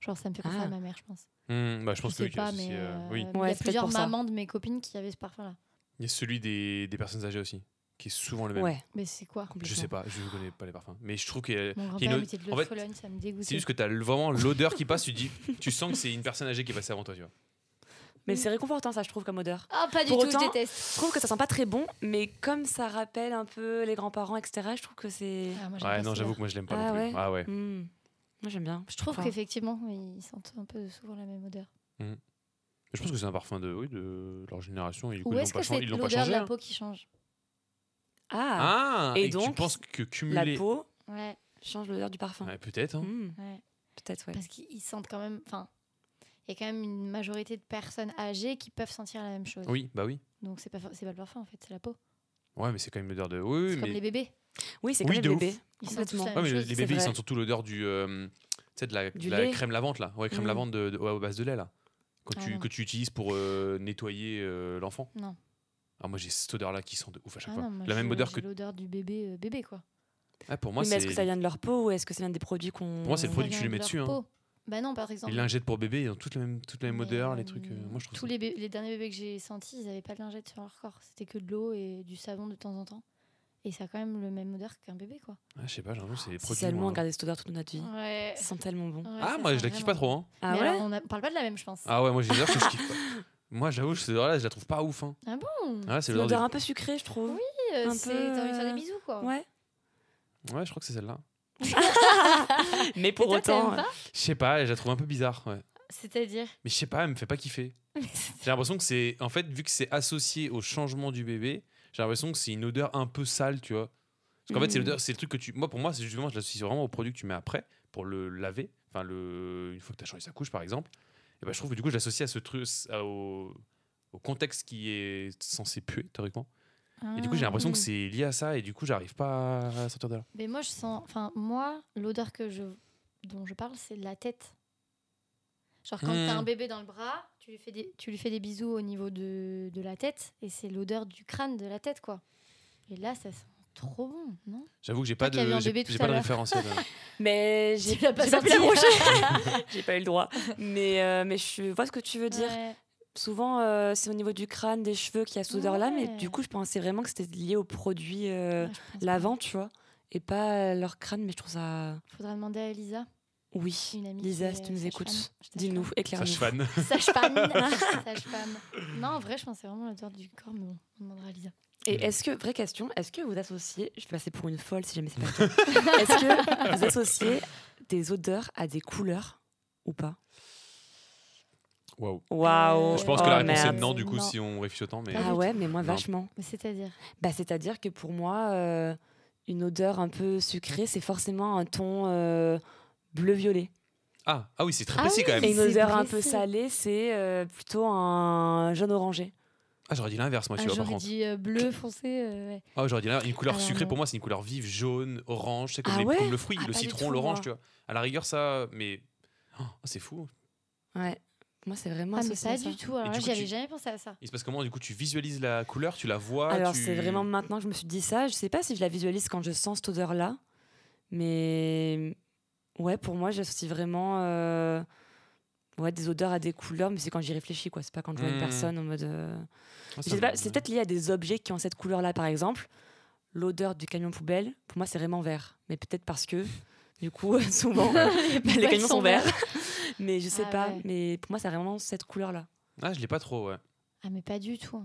B: Genre, ça me fait penser à
D: Ah.
B: ma mère, je pense.
C: Hmm, bah, je pense
B: je
C: que
B: sais
C: oui, tu
B: pas,
C: associes,
B: mais
C: euh,
B: euh,
C: oui.
B: il y
D: Ouais, c'est
B: a
D: peut-être
B: plusieurs
D: pour ça.
B: mamans de mes copines qui avaient ce parfum-là.
C: Il y a celui des, des personnes âgées aussi, qui est souvent le même.
D: Ouais,
B: Mais c'est quoi
D: complètement.
C: Je sais pas, je ne connais pas les parfums. Mais je trouve que euh,
B: Mon
C: il y a
B: grand-père
C: une
B: mettait de l'eau
C: en
B: de
C: fait,
B: Sologne, ça me dégoûtait.
C: c'est juste que tu as vraiment l'odeur qui passe, tu dis, tu sens que c'est une personne âgée qui est passée avant toi, tu vois.
D: Mais c'est réconfortant, ça, je trouve, comme odeur.
B: Ah, pas du
D: Pour
B: tout,
D: autant-
B: je déteste.
D: Je trouve que ça sent pas très bon, mais comme ça rappelle un peu les grands-parents, etc., je trouve que c'est.
B: Ah, moi, j'aime
C: Ouais,
B: pas
C: non,
B: ces
C: j'avoue
B: odeurs.
C: que moi je l'aime pas
D: Ah
C: non plus.
D: ouais.
C: Ah ouais.
D: Hmm.
B: Mmh.
D: Moi, j'aime bien.
B: Je trouve
D: Enfin,
B: qu'effectivement, ils sentent un peu souvent la même odeur.
C: Je pense que c'est un parfum de, oui, de leur génération. Et du coup,
B: Ou
C: ils l'ont
B: est-ce
C: pas,
B: que
C: changé-
B: c'est
C: ils l'ont pas
B: l'odeur de
C: changé.
B: la
C: hein.
B: peau qui change
C: Ah,
D: Ah, Et
C: et, tu
D: donc,
C: penses que cumuler.
D: la peau
B: Ouais,
D: change l'odeur du parfum.
C: Ouais, peut-être. hein.
D: Hmm,
B: ouais.
D: Peut-être, ouais.
B: Parce qu'ils sentent quand même. Enfin, il y a quand même une majorité de personnes âgées qui peuvent sentir la même chose.
C: Oui, bah oui.
B: Donc c'est pas, for- c'est pas le parfum en fait, c'est la peau.
C: Ouais, mais c'est quand même l'odeur de. Oui, oui,
B: c'est
C: mais.
B: comme les bébés.
D: Oui, c'est
C: Oui,
D: comme les
C: de ouf.
D: bébés.
B: Ils sentent tous
D: Complètement.
B: la
C: Ouais,
B: même
C: mais
B: chose.
C: les
D: c'est
C: bébés, ils
D: vrai.
C: sentent surtout l'odeur du. euh, tu sais, de la,
D: Du
C: de la
D: lait.
C: crème lavante, là. Ouais, crème
D: Mm.
C: lavante de, de- ouais, à base de lait, là. Quand
B: Hmm. Ah
C: tu,
B: non.
C: que tu utilises pour euh, nettoyer euh, l'enfant.
B: Non.
C: Ah, moi, j'ai cette odeur-là qui sent de ouf à chaque
B: Ah
C: fois.
B: non, moi,
C: la même
B: j'ai-
C: odeur
B: j'ai
C: que.
B: l'odeur du bébé euh, bébé quoi.
C: Ah, pour moi,
D: Oui, mais
C: c'est.
D: est-ce que ça vient de leur peau ou est-ce que ça vient des produits qu'on.
C: Pour moi, c'est le
B: Ça
C: produit que
B: vient
C: tu lui
B: de
C: mets
B: leur
C: dessus, hein.
B: peau. Bah non, par exemple.
C: Ils l'injettent pour bébé, ils ont toute la même, toute la même
B: mais,
C: odeur, les
B: euh,
C: trucs. euh, moi, je trouve
B: Tous
C: ça-
B: les, bé- les derniers bébés que j'ai sentis, ils avaient pas de lingette sur leur corps. C'était que de l'eau et du savon de temps en temps. Et ça a quand même le même odeur qu'un bébé quoi.
C: Ah, je sais pas, j'ai l'impression que c'est les
D: Si
C: produits.
D: seulement
C: moi.
D: on gardait cette odeur toute notre vie.
B: Ouais.
D: Ça sent tellement bon.
C: Ah, moi, je la kiffe pas trop. hein.
D: Ah
B: mais
D: ouais
B: alors, on a- parle pas de la même, je pense.
C: Ah, ouais, moi, j'ai l'odeur que je kiffe pas. Moi, j'avoue, cette odeur-là, je la trouve pas ouf. Hein.
B: Ah bon
C: Ah, c'est
D: C'est une odeur
C: l'odeur.
D: un peu sucrée, je trouve.
B: Oui, euh,
D: un
B: c'est-
D: peu,
B: T'as envie de faire
D: euh,
B: des bisous quoi.
D: Ouais.
C: des- Ouais, je crois que c'est celle-là.
D: Mais
B: Et
D: pour
B: toi, t'aimes
D: autant. euh,
B: pas
C: Je sais pas, je la trouve un peu bizarre. Ouais.
B: C'est-à-dire
C: Mais je sais pas, elle me fait pas kiffer. J'ai l'impression que c'est. En fait, vu que c'est associé au changement du bébé, j'ai l'impression que c'est une odeur un peu sale, tu vois. Parce qu'en fait, c'est
D: Mhm.
C: l'odeur, c'est le truc que tu. Moi, pour moi, c'est justement, je l'associe vraiment au produit que tu mets après pour le laver. Enfin, le... une fois que tu as changé sa couche, par exemple. Et ben, je trouve que du coup, je l'associe à ce truc, à- au... au contexte qui est censé puer, théoriquement. Et du coup, j'ai
B: Ah.
C: l'impression
B: Mm.
C: que
D: Mhm.
C: c'est lié à ça. Et du coup, j'arrive pas à sortir de là.
B: Mais moi, je sens. Enfin, moi, l'odeur que je... dont je parle, c'est de la tête. Genre, quand
C: Hmm.
B: t'as un bébé dans le bras, tu lui fais des, tu lui fais des bisous au niveau de, de la tête, et c'est l'odeur du crâne de la tête, quoi. Et là, ça sent trop bon, non
C: J'avoue que j'ai pas
B: Toi qui avais
C: de.
B: un
C: J'ai
B: bébé tout
C: j'ai
B: à
C: pas de
B: l'heure.
C: référentiel. hein.
D: Mais j'ai
B: Tu l'as pas
D: j'ai pu
B: sorti.
D: l'approcher. j'ai pas eu le droit. Mais, euh, mais je vois ce que tu veux dire.
B: Ouais.
D: Souvent, euh, c'est au niveau du crâne, des cheveux qu'il y a cette odeur-là. Mais
B: Ouais.
D: du coup, je pensais vraiment que c'était lié au produit euh,
B: Ouais, je pense
D: l'avant, tu vois. Et pas euh, leur crâne, mais je trouve ça.
B: pas. Faudra demander à Elisa,
D: Oui.
B: une amie.
D: Lisa,
B: qui
D: si
B: est
D: tu nous
B: sage-femme.
D: écoutes,
B: Je t'assure.
D: dis-nous, éclaire-nous.
C: Sage fan.
B: Sage-femme. Sage-femme. Non, en vrai, je pensais vraiment à l'odeur du corps, mais bon, on demandera à Lisa.
D: Et
C: Évidemment.
D: est-ce que, vraie question, est-ce que vous associez, je vais passer pour une folle si jamais c'est pas le cas, est-ce que vous associez des odeurs à des couleurs ou pas
C: Waouh.
D: Waouh
B: Euh,
C: Je pense que la
D: Oh,
C: réponse
D: merde.
C: est non, du coup,
B: Non.
C: si on réfléchit au temps. Mais...
B: Pas
D: Ah
B: du
D: ouais, mais moi
C: Non.
D: vachement.
B: Mais c'est-à-dire
D: Bah, C'est-à-dire que pour moi, euh, une odeur un peu sucrée, c'est forcément un ton euh, bleu-violet.
C: Ah, ah oui, c'est très
B: Ah
C: précis
B: oui.
C: quand
D: Et
C: même.
D: une
B: C'est
D: odeur un peu
B: précis.
D: salée, c'est euh, plutôt un jaune-orangé.
C: Ah, j'aurais dit l'inverse, moi,
B: Ah,
C: tu vois, par
B: J'aurais
C: contre.
B: dit euh, bleu foncé. euh, ouais.
C: Ah, j'aurais dit l'inverse. Une couleur
B: Alors
C: sucrée,
B: non.
C: pour moi, c'est une couleur vive, jaune, orange. C'est comme,
D: Ah
C: les-
D: ouais
C: comme le fruit,
D: Ah,
C: le
D: pas du
C: citron,
D: tout,
C: l'orange,
D: moi.
C: tu vois. À la rigueur, ça, mais. Oh, c'est fou.
D: Ouais. Moi, c'est vraiment
B: Ah, mais
D: associé à
B: pas
D: ça.
B: du tout. Alors
C: Et
B: là,
C: du coup,
B: j'y avais
C: tu-
B: jamais pensé à ça.
C: Il se passe comment Du coup, tu visualises la couleur, tu la vois.
D: Alors
C: Ah, tu-
D: c'est vraiment maintenant que je me suis dit ça. Je sais pas si je la visualise quand je sens cette odeur-là, mais ouais, pour moi, j'associe vraiment euh, ouais des odeurs à des couleurs, mais c'est quand j'y réfléchis quoi. C'est pas quand je vois
C: Mm.
D: une personne en mode. euh,
C: Ah,
D: je
C: ça
D: sais pas,
C: me-
D: c'est peut-être lié à des objets qui ont cette couleur-là, par exemple. L'odeur du camion poubelle, pour moi, c'est vraiment vert, mais peut-être parce que du coup, souvent, bah, les
B: poubelles
D: camions
B: sont
D: sont verts. mais je sais
B: Ah
D: pas.
B: ouais.
D: Mais pour moi, c'est vraiment cette couleur-là.
C: Ah, je l'ai pas trop, ouais.
B: Ah, mais pas du tout.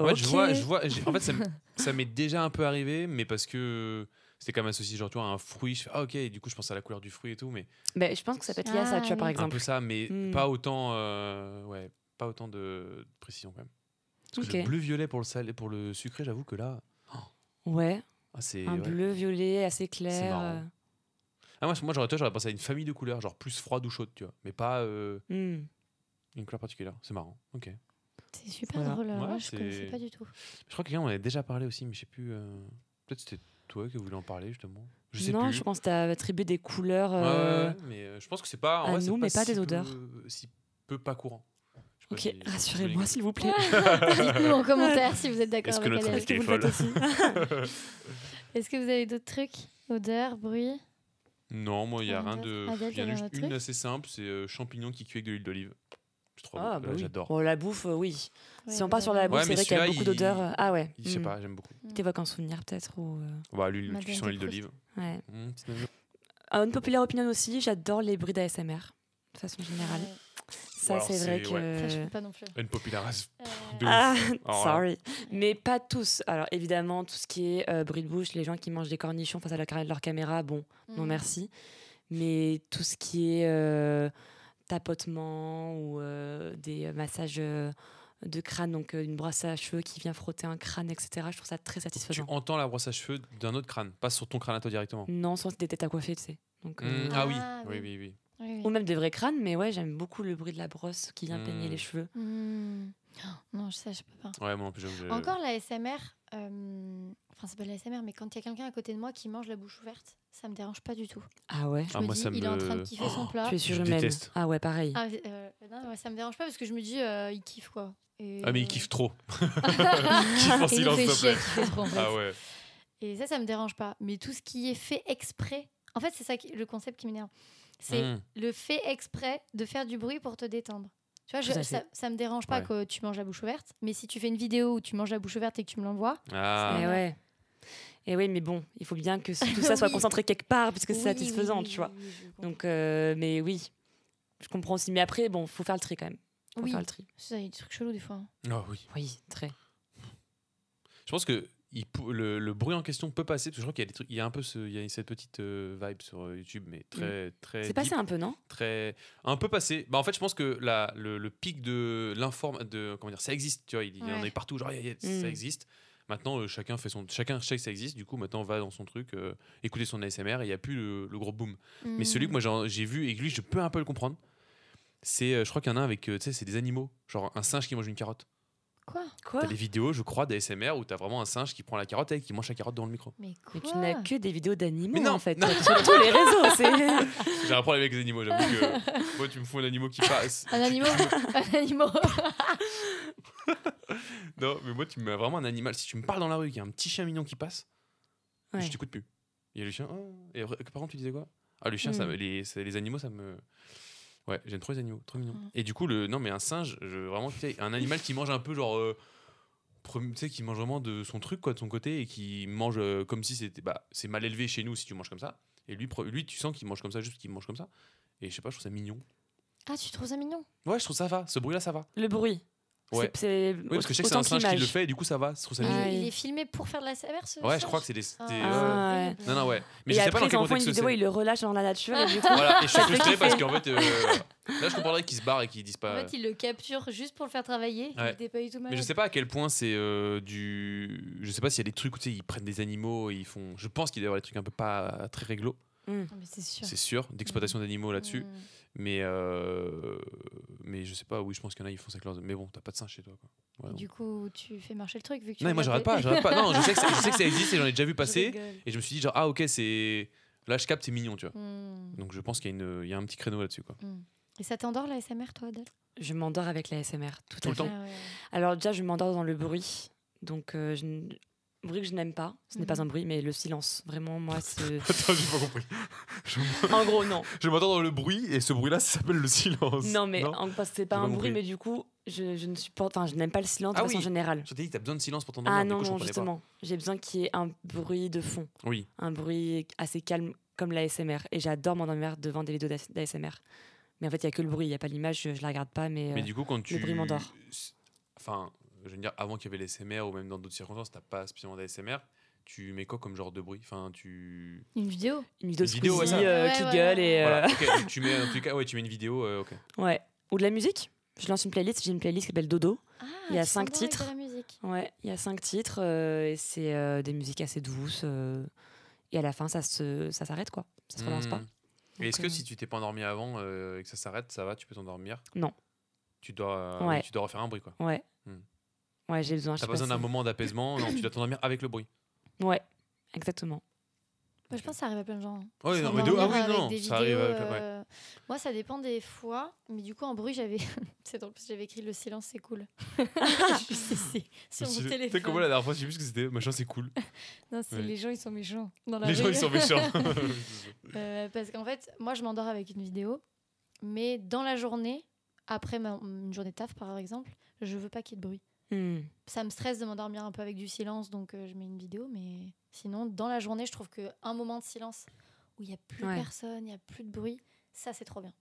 C: Ouais, je
D: Ok.
C: vois, je vois. j'ai- En fait, ça m- ça m'est déjà un peu arrivé, mais parce que c'était quand même associé, genre, tu vois, à un fruit. Je fais, ah, ok, et du coup, je pense à la couleur du fruit et tout, mais
D: Mais Bah, je pense que ça peut être lié à ça,
B: Ah,
D: tu vois, par
B: oui.
C: un
D: exemple.
C: peu ça, mais
D: Mm.
C: pas autant. euh, Ouais, pas autant de précision, quand même. Parce que
D: Ok.
C: le bleu-violet pour le salé, pour le sucré, j'avoue que là.
D: Ouais.
C: Ah, c'est.
D: un
C: ouais.
D: bleu violet assez clair.
C: marrant. Ah, moi, moi, j'aurais toi, j'aurais pensé à une famille de couleurs, genre plus froide ou chaude, tu vois, mais pas euh,
D: euh, hmm.
C: une couleur particulière. C'est marrant. Ok.
B: C'est super
D: Voilà.
B: drôle. alors
C: Ouais,
B: là, je
C: c'est-
B: connaissais pas du tout.
C: Je crois que quelqu'un en avait déjà parlé aussi, mais je sais plus. euh, Peut-être c'était toi qui voulais en parler justement. Je sais
D: non,
C: plus.
D: je pense que tu as attribué des couleurs.
C: Ouais, ouais,
D: euh,
C: ouais, mais euh, je pense que c'est pas. En
D: à
C: vrai, c'est
D: nous, mais pas
C: si
D: des odeurs.
C: peu- si peu pas courant. Je sais pas
D: Ok,
C: si- je sais pas si
D: rassurez-moi
C: je
D: s'il vous plaît.
B: Dites-nous en commentaire si vous êtes d'accord
C: Est-ce que
B: avec
C: notre
B: elle.
C: invité est
B: vous le faites
C: folle
B: aussi Est-ce que vous avez d'autres trucs Odeur, bruit
C: l'ai- Non, moi, il y a
B: Ah,
C: rien
B: Adèle,
C: de.
B: Adèle,
C: Il y en
B: t'avais
C: a
B: un
C: juste
B: autre
C: une
B: truc
C: assez simple c'est euh, champignons qui cuit avec de l'huile d'olive. C'est trop bon.
D: bah
C: Là,
D: oui.
C: Ah, J'adore.
D: Bon, la bouffe, euh, oui.
B: Ouais,
D: Si on part sur la
B: madame.
D: bouffe,
C: Ouais, mais
D: c'est vrai qu'il y a
C: celui-là,
D: beaucoup
C: il-
D: d'odeurs. euh, Ah ouais.
C: Je sais
D: hmm.
C: pas, j'aime beaucoup.
D: T'évoques un souvenir peut-être ou euh,
C: Bah, l'huile,
B: Madeleine
C: tu sens l'huile
B: de
C: d'olive.
D: ouais.
C: Mmh, petite anecdote.
D: Un populaire opinion aussi, j'adore les bruits d'ASMR de façon générale.
B: Ouais,
D: Ça
C: alors
D: c'est
C: c'est-
D: vrai que
C: ouais.
B: Ça, je peux pas non plus.
C: Une populaire as-
B: Euh,
C: de
D: Ah,
C: Alors là.
D: sorry. Mais pas tous. Alors évidemment, tout ce qui est euh, bruit de bouche, les gens qui mangent des cornichons face à la car- leur caméra, bon,
C: Mm.
D: non
B: hmm.
D: merci. Mais tout ce qui est euh, tapotement ou euh, des massages euh, de crâne, donc euh, une brosse à cheveux qui vient frotter un crâne, etc., je trouve ça très
C: Tu
D: satisfaisant.
C: entends la brosse à cheveux d'un autre crâne, pas sur ton crâne à toi directement.
D: Non, soit c'est des têtes à coiffer, tu sais. Donc, euh,
C: Mmh, ah oui,
B: Ah,
C: oui,
B: oui.
C: oui, oui.
B: Oui, oui.
D: Ou même des vrais crânes, mais ouais, j'aime beaucoup le bruit de la brosse qui vient peigner
C: Mm.
D: les cheveux.
B: Hmm. Oh, Non, je- ça, je peux pas.
C: Ouais, moi non plus, j'avoue que j'ai-
B: Encore la SMR. euh, Enfin, c'est pas de la SMR, mais quand il y a quelqu'un à côté de moi qui mange la bouche ouverte, ça me dérange pas du tout.
D: Ah ouais
B: Je
C: Ah,
B: me
C: moi,
B: dis,
C: ça
B: il est en train de
C: me-
B: kiffer son plat.
D: Oh, Tu es sur
C: je
D: humaine.
C: déteste.
D: Ah ouais, pareil.
B: Ah, euh, non,
A: hein.
B: ouais, ça me dérange pas parce que je me dis, euh, il kiffe quoi. Et,
C: Ah, mais il
B: euh,
C: kiffe trop. kiffe
B: et
C: en
B: il
C: silence,
B: nous fait
C: s'il te
B: chier à
C: plaît.
B: kiffer trop, en fait.
C: Ah ouais.
B: Et ça, ça me dérange pas. Mais tout ce qui est fait exprès, en fait, c'est ça qui- le concept qui m'énerve. C'est
C: Mmh.
B: le fait exprès de faire du bruit pour te détendre. Tu vois, je-
D: Tout à fait.
B: ça, ça me dérange pas
C: Ouais.
B: que tu manges la bouche ouverte, mais si tu fais une vidéo où tu manges la bouche ouverte et que tu me l'envoies,
C: Ah.
B: Ah.
D: Et Eh ouais. Et oui, mais bon, il faut bien que tout ça soit
B: Oui.
D: concentré quelque part, puisque c'est
B: oui, oui,
D: satisfaisant,
B: oui,
D: tu
B: oui,
D: vois.
B: oui, je comprends.
D: Donc, euh, mais oui, je comprends aussi. Mais après, bon, faut faire le tri quand même. Faut
B: oui,
D: faire le tri.
B: ça, il y a des trucs chelous des fois. hein.
C: Ah oui.
D: Oui, très.
C: Ah Je pense que il pou- le, le bruit en question peut passer, parce que je crois qu'il y a des trucs, il y a un peu ce- il y a cette petite euh, vibe sur euh, YouTube, mais
B: Mm.
C: très, très,
D: C'est passé
C: deep,
D: un peu, non
C: très, un peu passé. Bah, en fait, je pense que la, le, le pic de l'informe, de comment dire, ça existe, tu vois, il y en
B: Ouais.
C: a partout, genre, y a- y a-
D: Mm.
C: ça existe. Maintenant, euh, chacun fait son, chacun sait que ça existe. Du coup, maintenant, va dans son truc, euh, écouter son ASMR, et il n'y a plus le, le gros boom.
B: Mm.
C: Mais
B: Hmm.
C: celui que moi j'en- j'ai vu et que lui je peux un peu le comprendre, c'est euh, je crois qu'il y en a un avec euh, tu sais c'est des animaux, genre un singe qui mange une carotte.
B: Quoi
D: Quoi
C: T'as des vidéos je crois d'ASMR où t'as vraiment un singe qui prend la carotte et qui mange la carotte dans le micro.
B: Mais
D: Mais
B: quoi
D: tu n'as que des vidéos d'animaux
C: Mais non,
D: en fait.
C: non.
D: Sur tous les réseaux, c'est.
C: J'ai un problème avec les animaux, j'avoue que moi tu me fous un animal qui passe.
B: Un animal Un animal
C: Non mais moi tu me mets vraiment un animal. Si tu me parles dans la rue qu'il y a un petit chien mignon qui passe,
D: Ouais.
C: je t'écoute plus. Il y a le chien. oh. Et après, par contre tu disais quoi Ah le chien ça
D: Hmm.
C: me- les, c'est- les animaux ça me Ouais, j'aime trop les animaux, trop mignon.
B: Hmm.
C: Et du coup, le non, mais un singe, je, vraiment, tu sais, un animal qui mange un peu genre. euh, premi- tu sais, qui mange vraiment de son truc, quoi, de son côté, et qui mange euh, comme si c'était. Bah, c'est mal élevé chez nous si tu manges comme ça. Et lui, pre- lui tu sens qu'il mange comme ça, juste qu'il mange comme ça. Et je sais pas, je trouve ça mignon.
B: Ah, tu trouves ça mignon
C: Ouais, je trouve ça va, ce bruit-là, ça va.
D: Le bruit.
C: Ouais.
D: C'est- C'est
C: Oui, parce que je sais que c'est
D: autant
C: un singe qui le
D: l'image.
C: fait, et du coup, ça va, je trouve ça
D: Ah,
C: mignon.
B: Mais Il
D: oui.
B: est filmé pour faire de la CMR ce
C: Ouais, je
B: singe
C: crois que c'est des. c'est- ouais, ouais.
D: Ah, ouais.
B: horrible.
C: Non, non, ouais. Mais
D: et
C: je sais
D: après,
C: pas dans
D: ils
C: quel
D: en font une
C: contexte
D: vidéo,
C: c'est.
D: ils le relâchent dans la nature. Et du coup,
C: Voilà, et je suis
D: Ça fait
C: frustré parce
D: kiffer.
C: qu'en fait. euh, là, je comprendrais qu'ils se barrent et qu'ils disent pas.
B: En fait, il le capture juste pour le faire travailler. Il
C: Ouais.
B: était pas du tout malade.
C: Mais je sais pas à quel point c'est euh, du. Je sais pas s'il y a des trucs où tu sais, ils prennent des animaux et ils font. Je pense qu'il doit y avoir des trucs un peu pas très réglo,
B: Ah, mais c'est sûr.
C: c'est sûr, d'exploitation d'animaux là-dessus.
B: Mm.
C: Mais euh, mais je sais pas, oui, je pense qu'il y en a, ils font ça avec leurs. Mais bon, t'as pas de singe chez toi. Quoi. Ouais,
B: Et
C: non.
B: Du coup, tu fais marcher le truc vu que tu
C: non, mais moi j'arrête pas, j'arrête pas. Non, je sais, que ça, je sais que ça existe et j'en ai déjà vu passer.
B: passé.
C: Et je me suis dit, genre, ah ok, c'est. Là, je capte, c'est mignon, tu vois. Donc je pense qu'il y, a une- il y a un petit créneau là-dessus, quoi.
B: Hmm. Et ça t'endort la SMR, toi, Adèle
D: je m'endors avec la SMR tout,
C: Tout
D: à
C: le
D: fait.
C: temps.
B: Ah ouais.
D: Alors déjà, je m'endors dans le bruit. Donc, euh, je n- bruit que je n'aime pas. Ce n'est pas
B: Mhm.
D: un bruit, mais le silence. Vraiment, moi, c'est...
C: Attends, j'ai pas compris. Je,
D: en gros, non.
C: je m'entends dans le bruit et ce bruit-là, ça s'appelle le silence.
D: Non, mais en- parce que c'est pas
C: J'ai pas
D: un bruit,
C: compris.
D: mais du coup, je, je ne supporte... Enfin, je n'aime pas le silence
C: Ah
D: de façon
C: oui.
D: générale.
C: Je t'ai dit, t'as besoin de silence pour t'endormir.
D: Ah
C: du
D: non,
C: coup, je
D: non,
C: comprenais pas.
D: justement. J'ai besoin qu'il y ait un bruit de fond.
C: Oui.
D: un bruit assez calme comme la SMR. Et j'adore m'endormir devant des vidéos d'ASMR. Mais en fait, il n'y a que le bruit, il n'y a pas l'image, je, je la regarde pas. Mais,
C: Mais
D: euh,
C: du coup, quand tu.
D: bruit m'endort.
C: s- Enfin, je veux dire, avant qu'il y avait l'ASMR ou même dans d'autres circonstances, t'as pas spécialement d'ASMR. Tu mets quoi comme genre de bruit Enfin, tu.
B: Une vidéo
D: une vidéo de
C: une vidéo, ouais,
D: Squeezie
C: ça.
D: euh,
B: Ouais,
D: qui
B: ouais,
D: gueule et.
C: Voilà,
D: euh,
C: ok, donc tu mets en tout cas, ouais, tu mets une vidéo, euh, ok.
D: ouais. Ou de la musique. Je lance une playlist, j'ai une playlist qui s'appelle Dodo.
B: Ah,
D: Il y a
B: tu
D: cinq
B: t'endors avec de
D: titres.
B: la musique.
D: Ouais, il y a cinq titres euh, et c'est euh, des musiques assez douces. euh, et à la fin, ça se, ça s'arrête quoi. Ça se relance pas.
C: Hmm. Et Est-ce
D: Donc,
C: que
D: euh,
C: si tu t'es pas endormi avant euh, et que ça s'arrête, ça va, tu peux t'endormir
D: Non.
C: Tu dois, euh,
D: Ouais.
C: tu dois refaire un bruit, quoi.
D: Ouais.
C: Hmm.
D: Ouais, j'ai besoin. je
C: T'as pas
D: sais pas
C: besoin d'un
D: si-
C: moment d'apaisement, non, tu dois t'endormir avec le bruit.
D: Ouais, exactement.
B: Moi, je pense que ça arrive à plein de gens. hein.
C: Ouais,
B: Ça
C: non, mais de- ah
B: m'endort
C: oui,
B: avec
C: non,
B: des
C: ça arrive.
B: vidéos,
C: avec le- ouais.
B: euh, Moi, ça dépend des fois. Mais du coup, en bruit, j'avais. c'est drôle parce que j'avais écrit le silence, c'est cool. Je sais, c'est- sur
C: Je me
B: mon
C: suis- T'as
B: téléphone.
C: compris la dernière fois, j'ai vu ce que c'était. Machin, c'est cool.
B: Non, c'est
C: Ouais.
B: les gens, ils sont méchants. Dans la
C: Les gens,
B: rue.
C: ils sont méchants.
B: Euh, parce qu'en fait, moi, je m'endors avec une vidéo, mais dans la journée, après ma- une journée de taf, par exemple, je veux pas qu'il y ait de bruit.
D: Hmm.
B: Ça me stresse de m'endormir un peu avec du silence, donc euh, je mets une vidéo, mais sinon, dans la journée, je trouve que un moment de silence où il y a plus
D: Ouais.
B: personne, il y a plus de bruit, ça, c'est trop bien.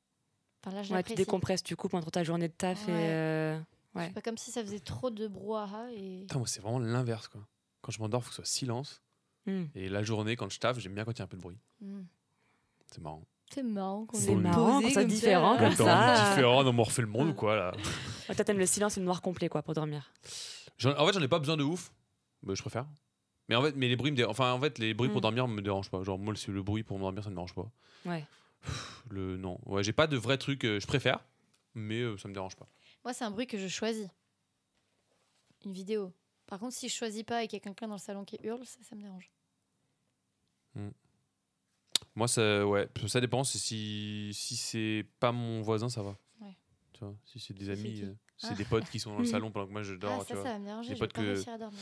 B: Enfin, là, je
D: Ouais, tu
B: l'apprécie.
D: décompresses, tu coupes entre ta journée de taf
B: Ouais.
D: et. euh, ouais.
B: C'est pas comme si ça faisait trop de brouhaha et...
C: Putain, moi, c'est vraiment l'inverse, quoi. Quand je m'endors, faut que ce soit silence.
D: hmm.
C: Et la journée, quand je taffe, j'aime bien quand il y a un peu de bruit.
B: Mm.
C: C'est marrant.
B: C'est marrant qu'on
D: C'est
B: ait
D: marrant,
B: posé
D: quand ça hein,
B: comme
D: différent,
B: là.
D: comme ça.
C: différent, on m'en refait le monde ou quoi là
D: Ouais, toi, t'aimes le silence et le noir complet, quoi, pour dormir.
C: J'en- En fait, j'en ai pas besoin de ouf. mais je préfère. Mais en fait, mais les bruits, me dé- enfin, en fait, les bruits
D: Mm.
C: pour dormir me dérangent pas. Genre, moi, le, le bruit pour me dormir, ça me dérange pas.
D: Ouais.
C: Pff, Le non. Ouais, j'ai pas de vrai truc. euh, je préfère, mais euh, ça me dérange pas.
B: Moi, c'est un bruit que je choisis. Une vidéo. Par contre, si je choisis pas et qu'il y a quelqu'un dans le salon qui hurle, ça, ça me dérange.
C: Moi, ça, ouais, parce que ça dépend. Si si, si c'est pas mon voisin, ça va.
B: Ouais.
C: Tu vois, si c'est des
B: Si c'est
C: amis,
B: qui
C: euh, si c'est des potes qui sont dans le salon pendant que moi je dors.
B: ah,
C: tu
B: ça,
C: vois.
B: ça va me déranger.
C: Les
B: Je vais
C: potes
B: pas
C: que-
B: réussir à dormir.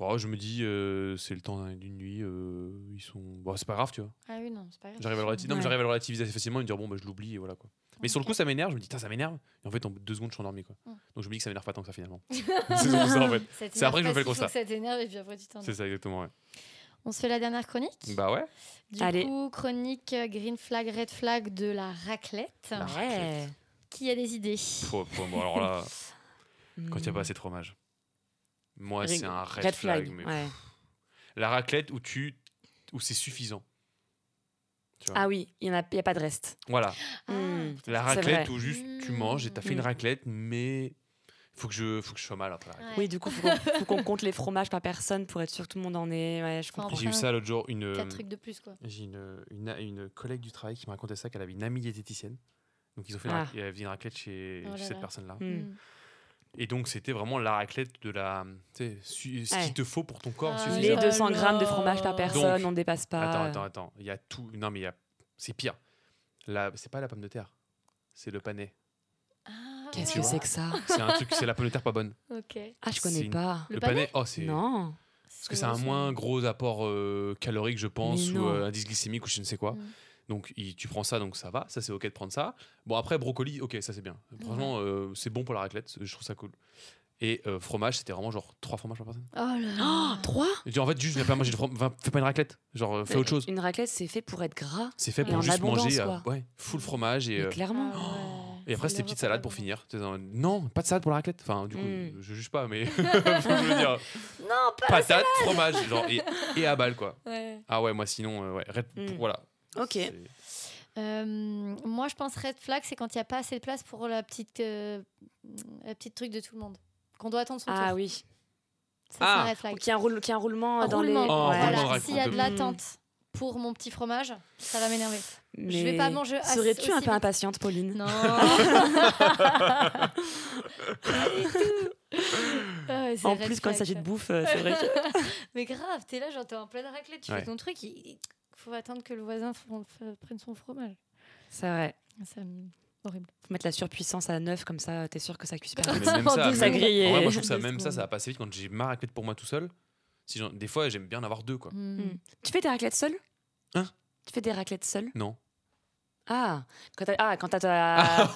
C: Bon, je me dis, euh, c'est le temps d'une nuit. euh, ils sont. Bon, c'est pas grave, tu vois.
B: Ah oui, non, c'est pas grave.
C: J'arrive à, le relati- non, mais
D: Ouais.
C: j'arrive à le relativiser assez facilement et me dire bon bah je l'oublie et voilà quoi. Mais sur le coup ça m'énerve, je me dis Tain, ça m'énerve et en fait en deux secondes je suis endormi quoi.
B: Mm.
C: Donc je me dis que ça m'énerve pas tant que ça finalement. c'est surtout ça en fait.
B: C'est
C: c'est après que je me fais le constat.
B: Ça t'énerve et puis après tu t'endors.
C: C'est ça exactement ouais.
B: On se fait la dernière chronique.
C: Bah ouais.
B: Du
D: Allez.
B: coup, chronique euh, green flag, red flag de la raclette.
C: La-
D: Ouais.
B: Qui a des idées
C: Pouah, pouah, bon, alors là
D: Hmm.
C: quand il y a pas assez de fromage. Moi,
D: Ring-
C: c'est un red, flag. mais
D: ouais.
C: La raclette où tu où c'est suffisant.
D: Ah oui, il n'y a, il y a pas de reste.
C: Voilà.
B: Ah,
D: Hmm.
B: putain,
C: La
D: C'est
C: raclette
D: vrai.
C: où juste tu
B: Mmh.
C: manges et t'as fait
D: Mm.
C: une raclette, mais faut que je faut que je sois mal après la raclette.
B: ouais.
D: Oui, du coup, faut qu'on- faut qu'on compte les fromages par personne pour être sûr que tout le monde en est. Ouais, je
B: Enfin,
D: comprends.
B: Après,
C: J'ai eu ça l'autre jour une euh,
B: Quatre trucs de plus, quoi.
C: j'ai une, une une collègue du travail qui me racontait ça qu'elle avait une amie diététicienne. Donc ils ont fait une
D: Ah.
C: rac- elle faisait une raclette chez,
B: Oh
C: chez
B: là
C: cette
B: là.
C: personne là.
D: Hmm.
B: Mm.
C: Et donc c'était vraiment la raclette de la tu sais, su- ce
D: Ouais.
C: qu'il te faut pour ton corps
B: Ah,
C: suffisant.
D: Les
B: Oh
D: 200 grammes de
B: là.
D: fromage par
B: Donc-
D: personne, on ne dépasse pas.
C: Attends, attends, attends. Il y a tout. Non, mais il y a. C'est pire. La... C'est pas la pomme de terre. C'est le panais.
B: Ah,
D: Qu'est-ce
C: Tu
D: que
C: vois
D: c'est que ça
C: C'est un truc. C'est la pomme de terre pas bonne.
B: Ok.
D: Ah, je
C: C'est
D: connais
C: une-
D: pas.
B: Le
C: Le, panais, oh, c'est.
D: Non.
C: Parce que c'est un moins gros apport euh, calorique, je pense,
D: Mais
C: ou
D: non.
C: euh, indice glycémique, ou je ne sais quoi.
B: Mm.
C: Donc il- tu prends ça, donc ça va. Ça, c'est OK de prendre ça. Bon, après, brocoli, OK, ça, c'est bien. Franchement, euh, c'est bon pour la raclette. Je trouve ça cool. Et euh, fromage, c'était vraiment genre trois fromages par personne.
B: Oh là
D: Oh,
B: là.
D: 3
C: Je dis, en fait, juste, viens pas manger de fromage. Fais pas une raclette. Genre, euh, fais autre chose.
D: Une raclette, c'est fait pour être gras.
C: C'est fait
D: Et
C: pour
D: en
C: juste manger
D: abondance,
C: euh,
D: quoi.
C: ouais, full fromage et.
D: Mais
C: euh,
D: clairement.
B: Ah
D: Oh.
B: ouais,
C: Et après,
B: c'est
C: c'était
B: le
C: petite
B: repas
C: salade pour
B: d'abord.
C: finir. T'es dans- Non, pas de salade pour la raclette. Enfin, du coup,
D: Mm.
C: je juge pas, mais. Faut que je veux dire.
B: Non, pas.
C: Patate, fromage, genre, et, et à balle, quoi.
B: Ouais.
C: Ah ouais, moi, sinon, euh, ouais. red-
D: Mm.
C: Voilà.
D: Ok.
C: C'est-
B: Euh, moi, je pense red flag, c'est quand il n'y a pas assez de place pour la petite, euh, la petite truc de tout le monde. Qu'on doit attendre son
D: Ah
B: tour.
D: oui.
B: Ça,
C: Ah.
B: c'est un red
D: Ou
B: flag.
D: qu'il y a un, roule- qu'il y a un roulement euh, dans
B: Roulement.
D: les.
C: Oh, roulement de
B: voilà.
C: raclette.
B: S'il y a de
D: Mm.
B: l'attente pour mon petit fromage, ça va m'énerver. Je vais
D: Mais
B: pas manger assez-
D: Serais-tu un
B: aussi
D: peu
B: vite.
D: impatiente, Pauline
B: Non. Pas du tout. Ah ouais, c'est
D: En
B: red
D: plus, quand
B: flag,
D: il s'agit de
B: ça.
D: bouffe, euh, c'est vrai que.
B: Mais grave, t'es là, genre t'es en pleine raclette, tu
C: Ouais.
B: fais ton truc, il il faut attendre que le voisin fr- f- prenne son fromage.
D: C'est vrai.
B: Ça me- horrible.
D: Faut mettre la surpuissance à 9, comme ça, t'es sûr que ça cuise pas.
C: Mais
B: Ça
C: même
B: rend
C: ça,
B: tout
D: ça
C: même-
D: grille
C: en vrai,
D: et-
C: moi, je trouve ça,
B: deux
C: même ça, ça
B: secondes.
C: va passer vite quand j'ai ma raclette pour moi tout seul. Si j'en- Des fois, j'aime bien en avoir deux, quoi.
B: Mm.
D: Tu fais des raclettes seules
C: Hein
D: Tu fais des raclettes seules
C: Non.
D: Ah Quand t'as. Ah, quand t'as ta-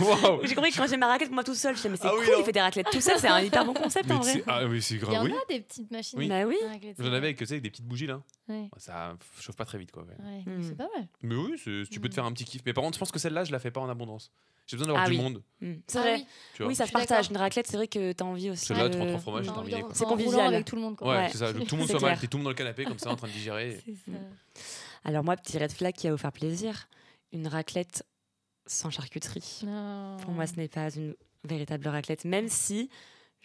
C: Waouh!
D: J'ai compris que quand j'ai ma raclette, moi tout seul, je disais, mais c'est
C: Ah oui,
D: cool,
C: non.
D: il fait des raclettes tout seul, c'est un hyper bon concept en
C: Mais
D: vrai.
C: c'est- Ah, mais c'est
B: Il y
C: grave,
B: en
C: oui.
B: a des petites machines.
C: Oui.
D: Bah oui.
B: à raclette,
C: J'en
B: ouais.
C: avais avec, tu sais, avec des petites bougies, là.
B: Ouais,
C: Ça f- chauffe pas très vite, quoi. ouais.
B: ouais,
D: Mm.
B: C'est pas mal.
C: Mais oui, c'est- tu peux
B: Mm.
C: te faire un petit kiff. Mais par contre, je pense que celle-là, je la fais pas en abondance. J'ai besoin d'avoir
D: Hmm. Ah
C: du
D: oui.
C: monde.
D: Mm. C'est
B: Ah
D: vrai.
B: oui,
C: Tu vois.
D: Oui, ça
B: Je
D: se
B: suis
D: partage.
B: d'accord.
D: Une raclette, c'est vrai que t'as envie aussi.
C: Celle-là,
D: de-
C: tu prends trois fromages,
B: t'as
D: Mm.
C: t'en
B: envie
C: terminé,
B: d'en-
C: quoi.
D: C'est
B: en roulant
D: convivial.
B: avec tout le monde. Quoi.
C: Ouais,
D: Ouais.
C: c'est ça. Que tout le monde
D: C'est
C: soit mal,
D: clair.
C: t'es tout le monde dans le canapé comme ça en train de digérer.
B: C'est ça.
D: Mm. Alors, moi, petit red flag qui a offert plaisir une raclette sans charcuterie.
B: Non.
D: Pour moi, ce n'est pas une véritable raclette, même si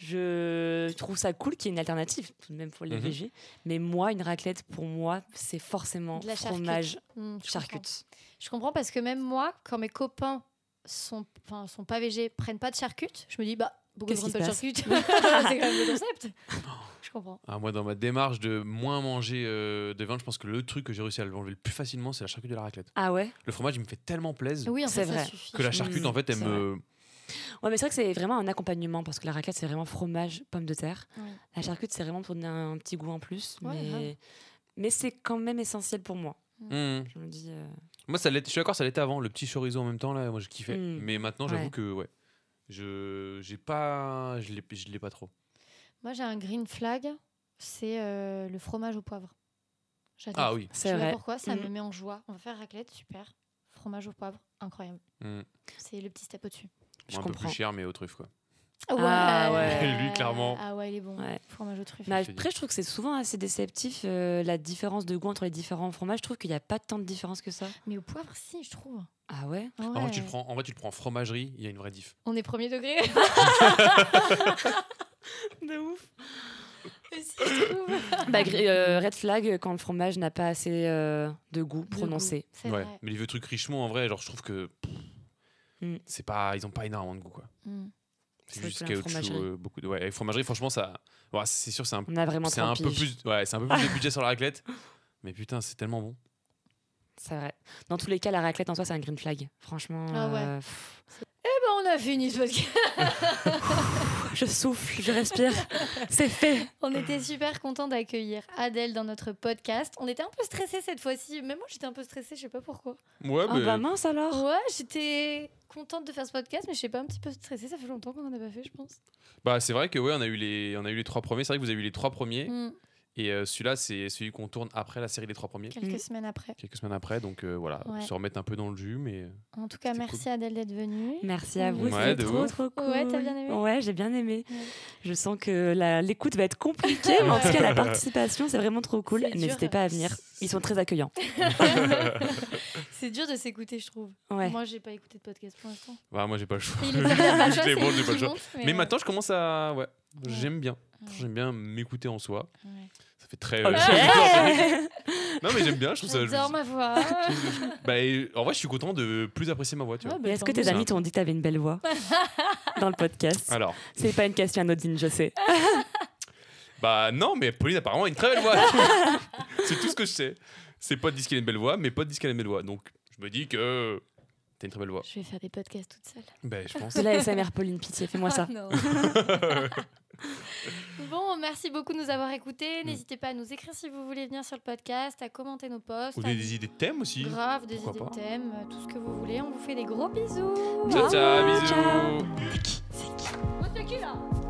D: je trouve ça cool qu'il y ait une alternative. Tout de même, faut les
C: Mhm.
D: végés. Mais moi, une raclette, pour moi, c'est forcément
B: De la charcute.
D: fromage
B: Mm, je comprends.
D: charcute.
B: Je comprends parce que même moi, quand mes copains sont, enfin, sont pas végés, prennent pas de charcute, je me dis bah pourquoi ils
D: Qu'est-ce
B: prennent pas de
D: qui
B: charcute C'est quand même le concept. Je comprends.
C: Ah, moi, dans ma démarche de moins manger euh, de viande, je pense que le truc que j'ai réussi à le manger le plus facilement, c'est la charcuterie de la raclette.
D: Ah ouais
C: Le fromage, il me fait tellement plaisir
B: Oui, en fait,
D: C'est
B: ça
D: vrai.
B: suffit.
C: que la charcute,
D: Mm,
C: en fait, elle
D: c'est
C: me.
D: Ouais, mais c'est vrai que c'est vraiment un accompagnement parce que la raclette, c'est vraiment fromage, pomme de terre.
B: Oui.
D: La charcute, c'est vraiment pour donner un, petit goût en plus.
B: Ouais, grave.
D: mais mais c'est quand même essentiel pour moi.
C: Mm.
D: Je me dis. euh,
C: Moi, ça l'était- je suis d'accord, ça l'était avant. Le petit chorizo en même temps, là, moi, je kiffais.
D: Mm.
C: Mais maintenant, j'avoue
D: Ouais.
C: que, ouais. Je j'ai pas. Je l'ai je l'ai pas trop.
D: Hmm.
B: Moi, j'ai un green flag, c'est euh, le fromage au poivre. J'adore.
C: Ah oui.
B: Je
D: C'est
B: sais pas
D: vrai.
B: pourquoi, ça me
D: Mm.
B: met en joie. On va faire raclette, super. Fromage au poivre, incroyable.
C: Mm.
B: C'est le petit step au-dessus.
D: Je
C: un peu
D: comprends.
C: plus cher, mais aux truffes, quoi.
D: Ah
C: ouais. Lui, clairement.
B: Ah ouais, il est bon.
D: Ouais.
B: Fromage aux truffes.
D: Mais
C: Je te dis.
D: après, je trouve que c'est souvent assez déceptif euh, la différence de goût entre les différents fromages. Je trouve qu'il n'y a pas tant de différence que ça.
B: Mais au poivre, si, je trouve.
D: Ah ouais
B: Ah
C: En, vrai, tu
B: ouais.
C: le prends, en vrai, tu le prends en fromagerie, il y a une vraie diff.
B: On est premier degré.
D: De ouf
B: Mais si, je trouve.
D: Bah, gri- euh, red flag quand le fromage n'a pas assez euh, de goût
B: De
D: prononcé.
B: goût, C'est
C: Ouais.
B: vrai.
C: Mais les vieux trucs Richemont, en vrai, genre, je trouve que. pff,
D: Mm.
C: C'est pas, ils ont pas énormément de goût, quoi.
B: Mm.
C: C'est
D: C'est
C: juste
D: vrai que la
C: caoutchouc,
D: fromagerie.
C: euh, beaucoup de. Ouais, et fromagerie, franchement, ça. ouais, c'est sûr, c'est un,
D: On a vraiment
C: c'est
D: trop
C: un
D: pige.
C: peu plus. Ouais, c'est un peu plus de budget sur la raclette. Mais putain, c'est tellement bon.
D: C'est vrai. Dans tous les cas, la raclette en soi, c'est un green flag. Franchement,
B: Ah ouais.
D: euh, pff,
B: Eh ben, on a fini ce podcast.
D: je souffle, je respire. c'est fait.
B: On était super contents d'accueillir Adèle dans notre podcast. On était un peu stressés cette fois-ci. Même moi, j'étais un peu stressée, je sais pas pourquoi.
C: Ouais,
D: Ah bah mince alors.
B: Ouais, j'étais contente de faire ce podcast, mais je sais pas, un petit peu stressée. Ça fait longtemps qu'on en a pas fait, je pense. Mm.
C: bah, c'est vrai que ouais, on a eu les, on a eu les trois premiers. C'est vrai que vous avez eu les trois premiers. Et euh, celui-là, c'est celui qu'on tourne après la série des trois premiers,
B: Quelques
D: Mm.
B: semaines après.
C: quelques semaines après. Donc euh, voilà,
B: Ouais.
C: se remettre un peu dans le jus, mais euh,
B: En tout cas,
C: C'était
B: merci Adèle d'être venue.
D: Merci à vous,
C: Ouais,
D: c'était
C: de
D: trop
C: ouf.
D: trop cool.
B: Mmh. Ouais, t'as bien aimé
D: Ouais, j'ai bien aimé.
B: Ouais.
D: Je sens que la- l'écoute va être compliquée, mais en tout cas la participation, c'est vraiment trop cool.
B: C'est dur.
D: N'hésitez pas à venir, ils sont très accueillants.
B: C'est dur de s'écouter, je trouve.
D: Ouais.
B: Moi, j'ai pas écouté de podcast pour l'instant.
C: bah, moi j'ai pas le choix.
B: Il
C: Je
B: est
C: les branle, j'ai pas le choix.
B: Mais,
C: Mais maintenant, je commence à.
B: Ouais.
C: Ouais, j'aime bien.
B: Ouais.
C: J'aime bien m'écouter en soi.
B: Ouais. Oh
C: Ça fait très. euh,
D: Ok.
C: non, mais j'aime bien, je trouve ça. je-
B: J'adore ma voix.
C: Bah, et- en vrai, je suis content de plus apprécier ma voix,
B: Ah
C: tu vois.
D: Mais Est-ce que
B: t'es
D: tes amis t'ont dit que t'avais une belle voix dans le podcast
C: Alors,
D: C'est pas une question anodine, je sais.
C: bah non, mais Pauline apparemment a une très belle voix. c'est tout ce que je sais. Ses potes disent qu'elle a une belle voix, mes potes disent qu'elle a une belle voix. Donc, je me dis que euh, t'as une très belle voix.
B: Je vais faire des podcasts toute seule.
C: Bah, je pense.
D: C'est la SMR Pauline, pitié, fais-moi ça.
B: Ah, non. bon, merci beaucoup de nous avoir écoutés.
C: Mm.
B: N'hésitez pas à nous écrire si vous voulez venir sur le podcast, à commenter nos posts.
C: Ou
B: à-
C: des, des idées de thèmes aussi.
B: Grave, des
C: Pourquoi
B: idées
C: pas.
B: de thèmes, euh, tout ce que vous voulez. On vous fait des gros bisous.
C: Ciao, ciao, bisous.
D: C'est qui
A: Oh,
B: Monte le cul, là.
A: Ah,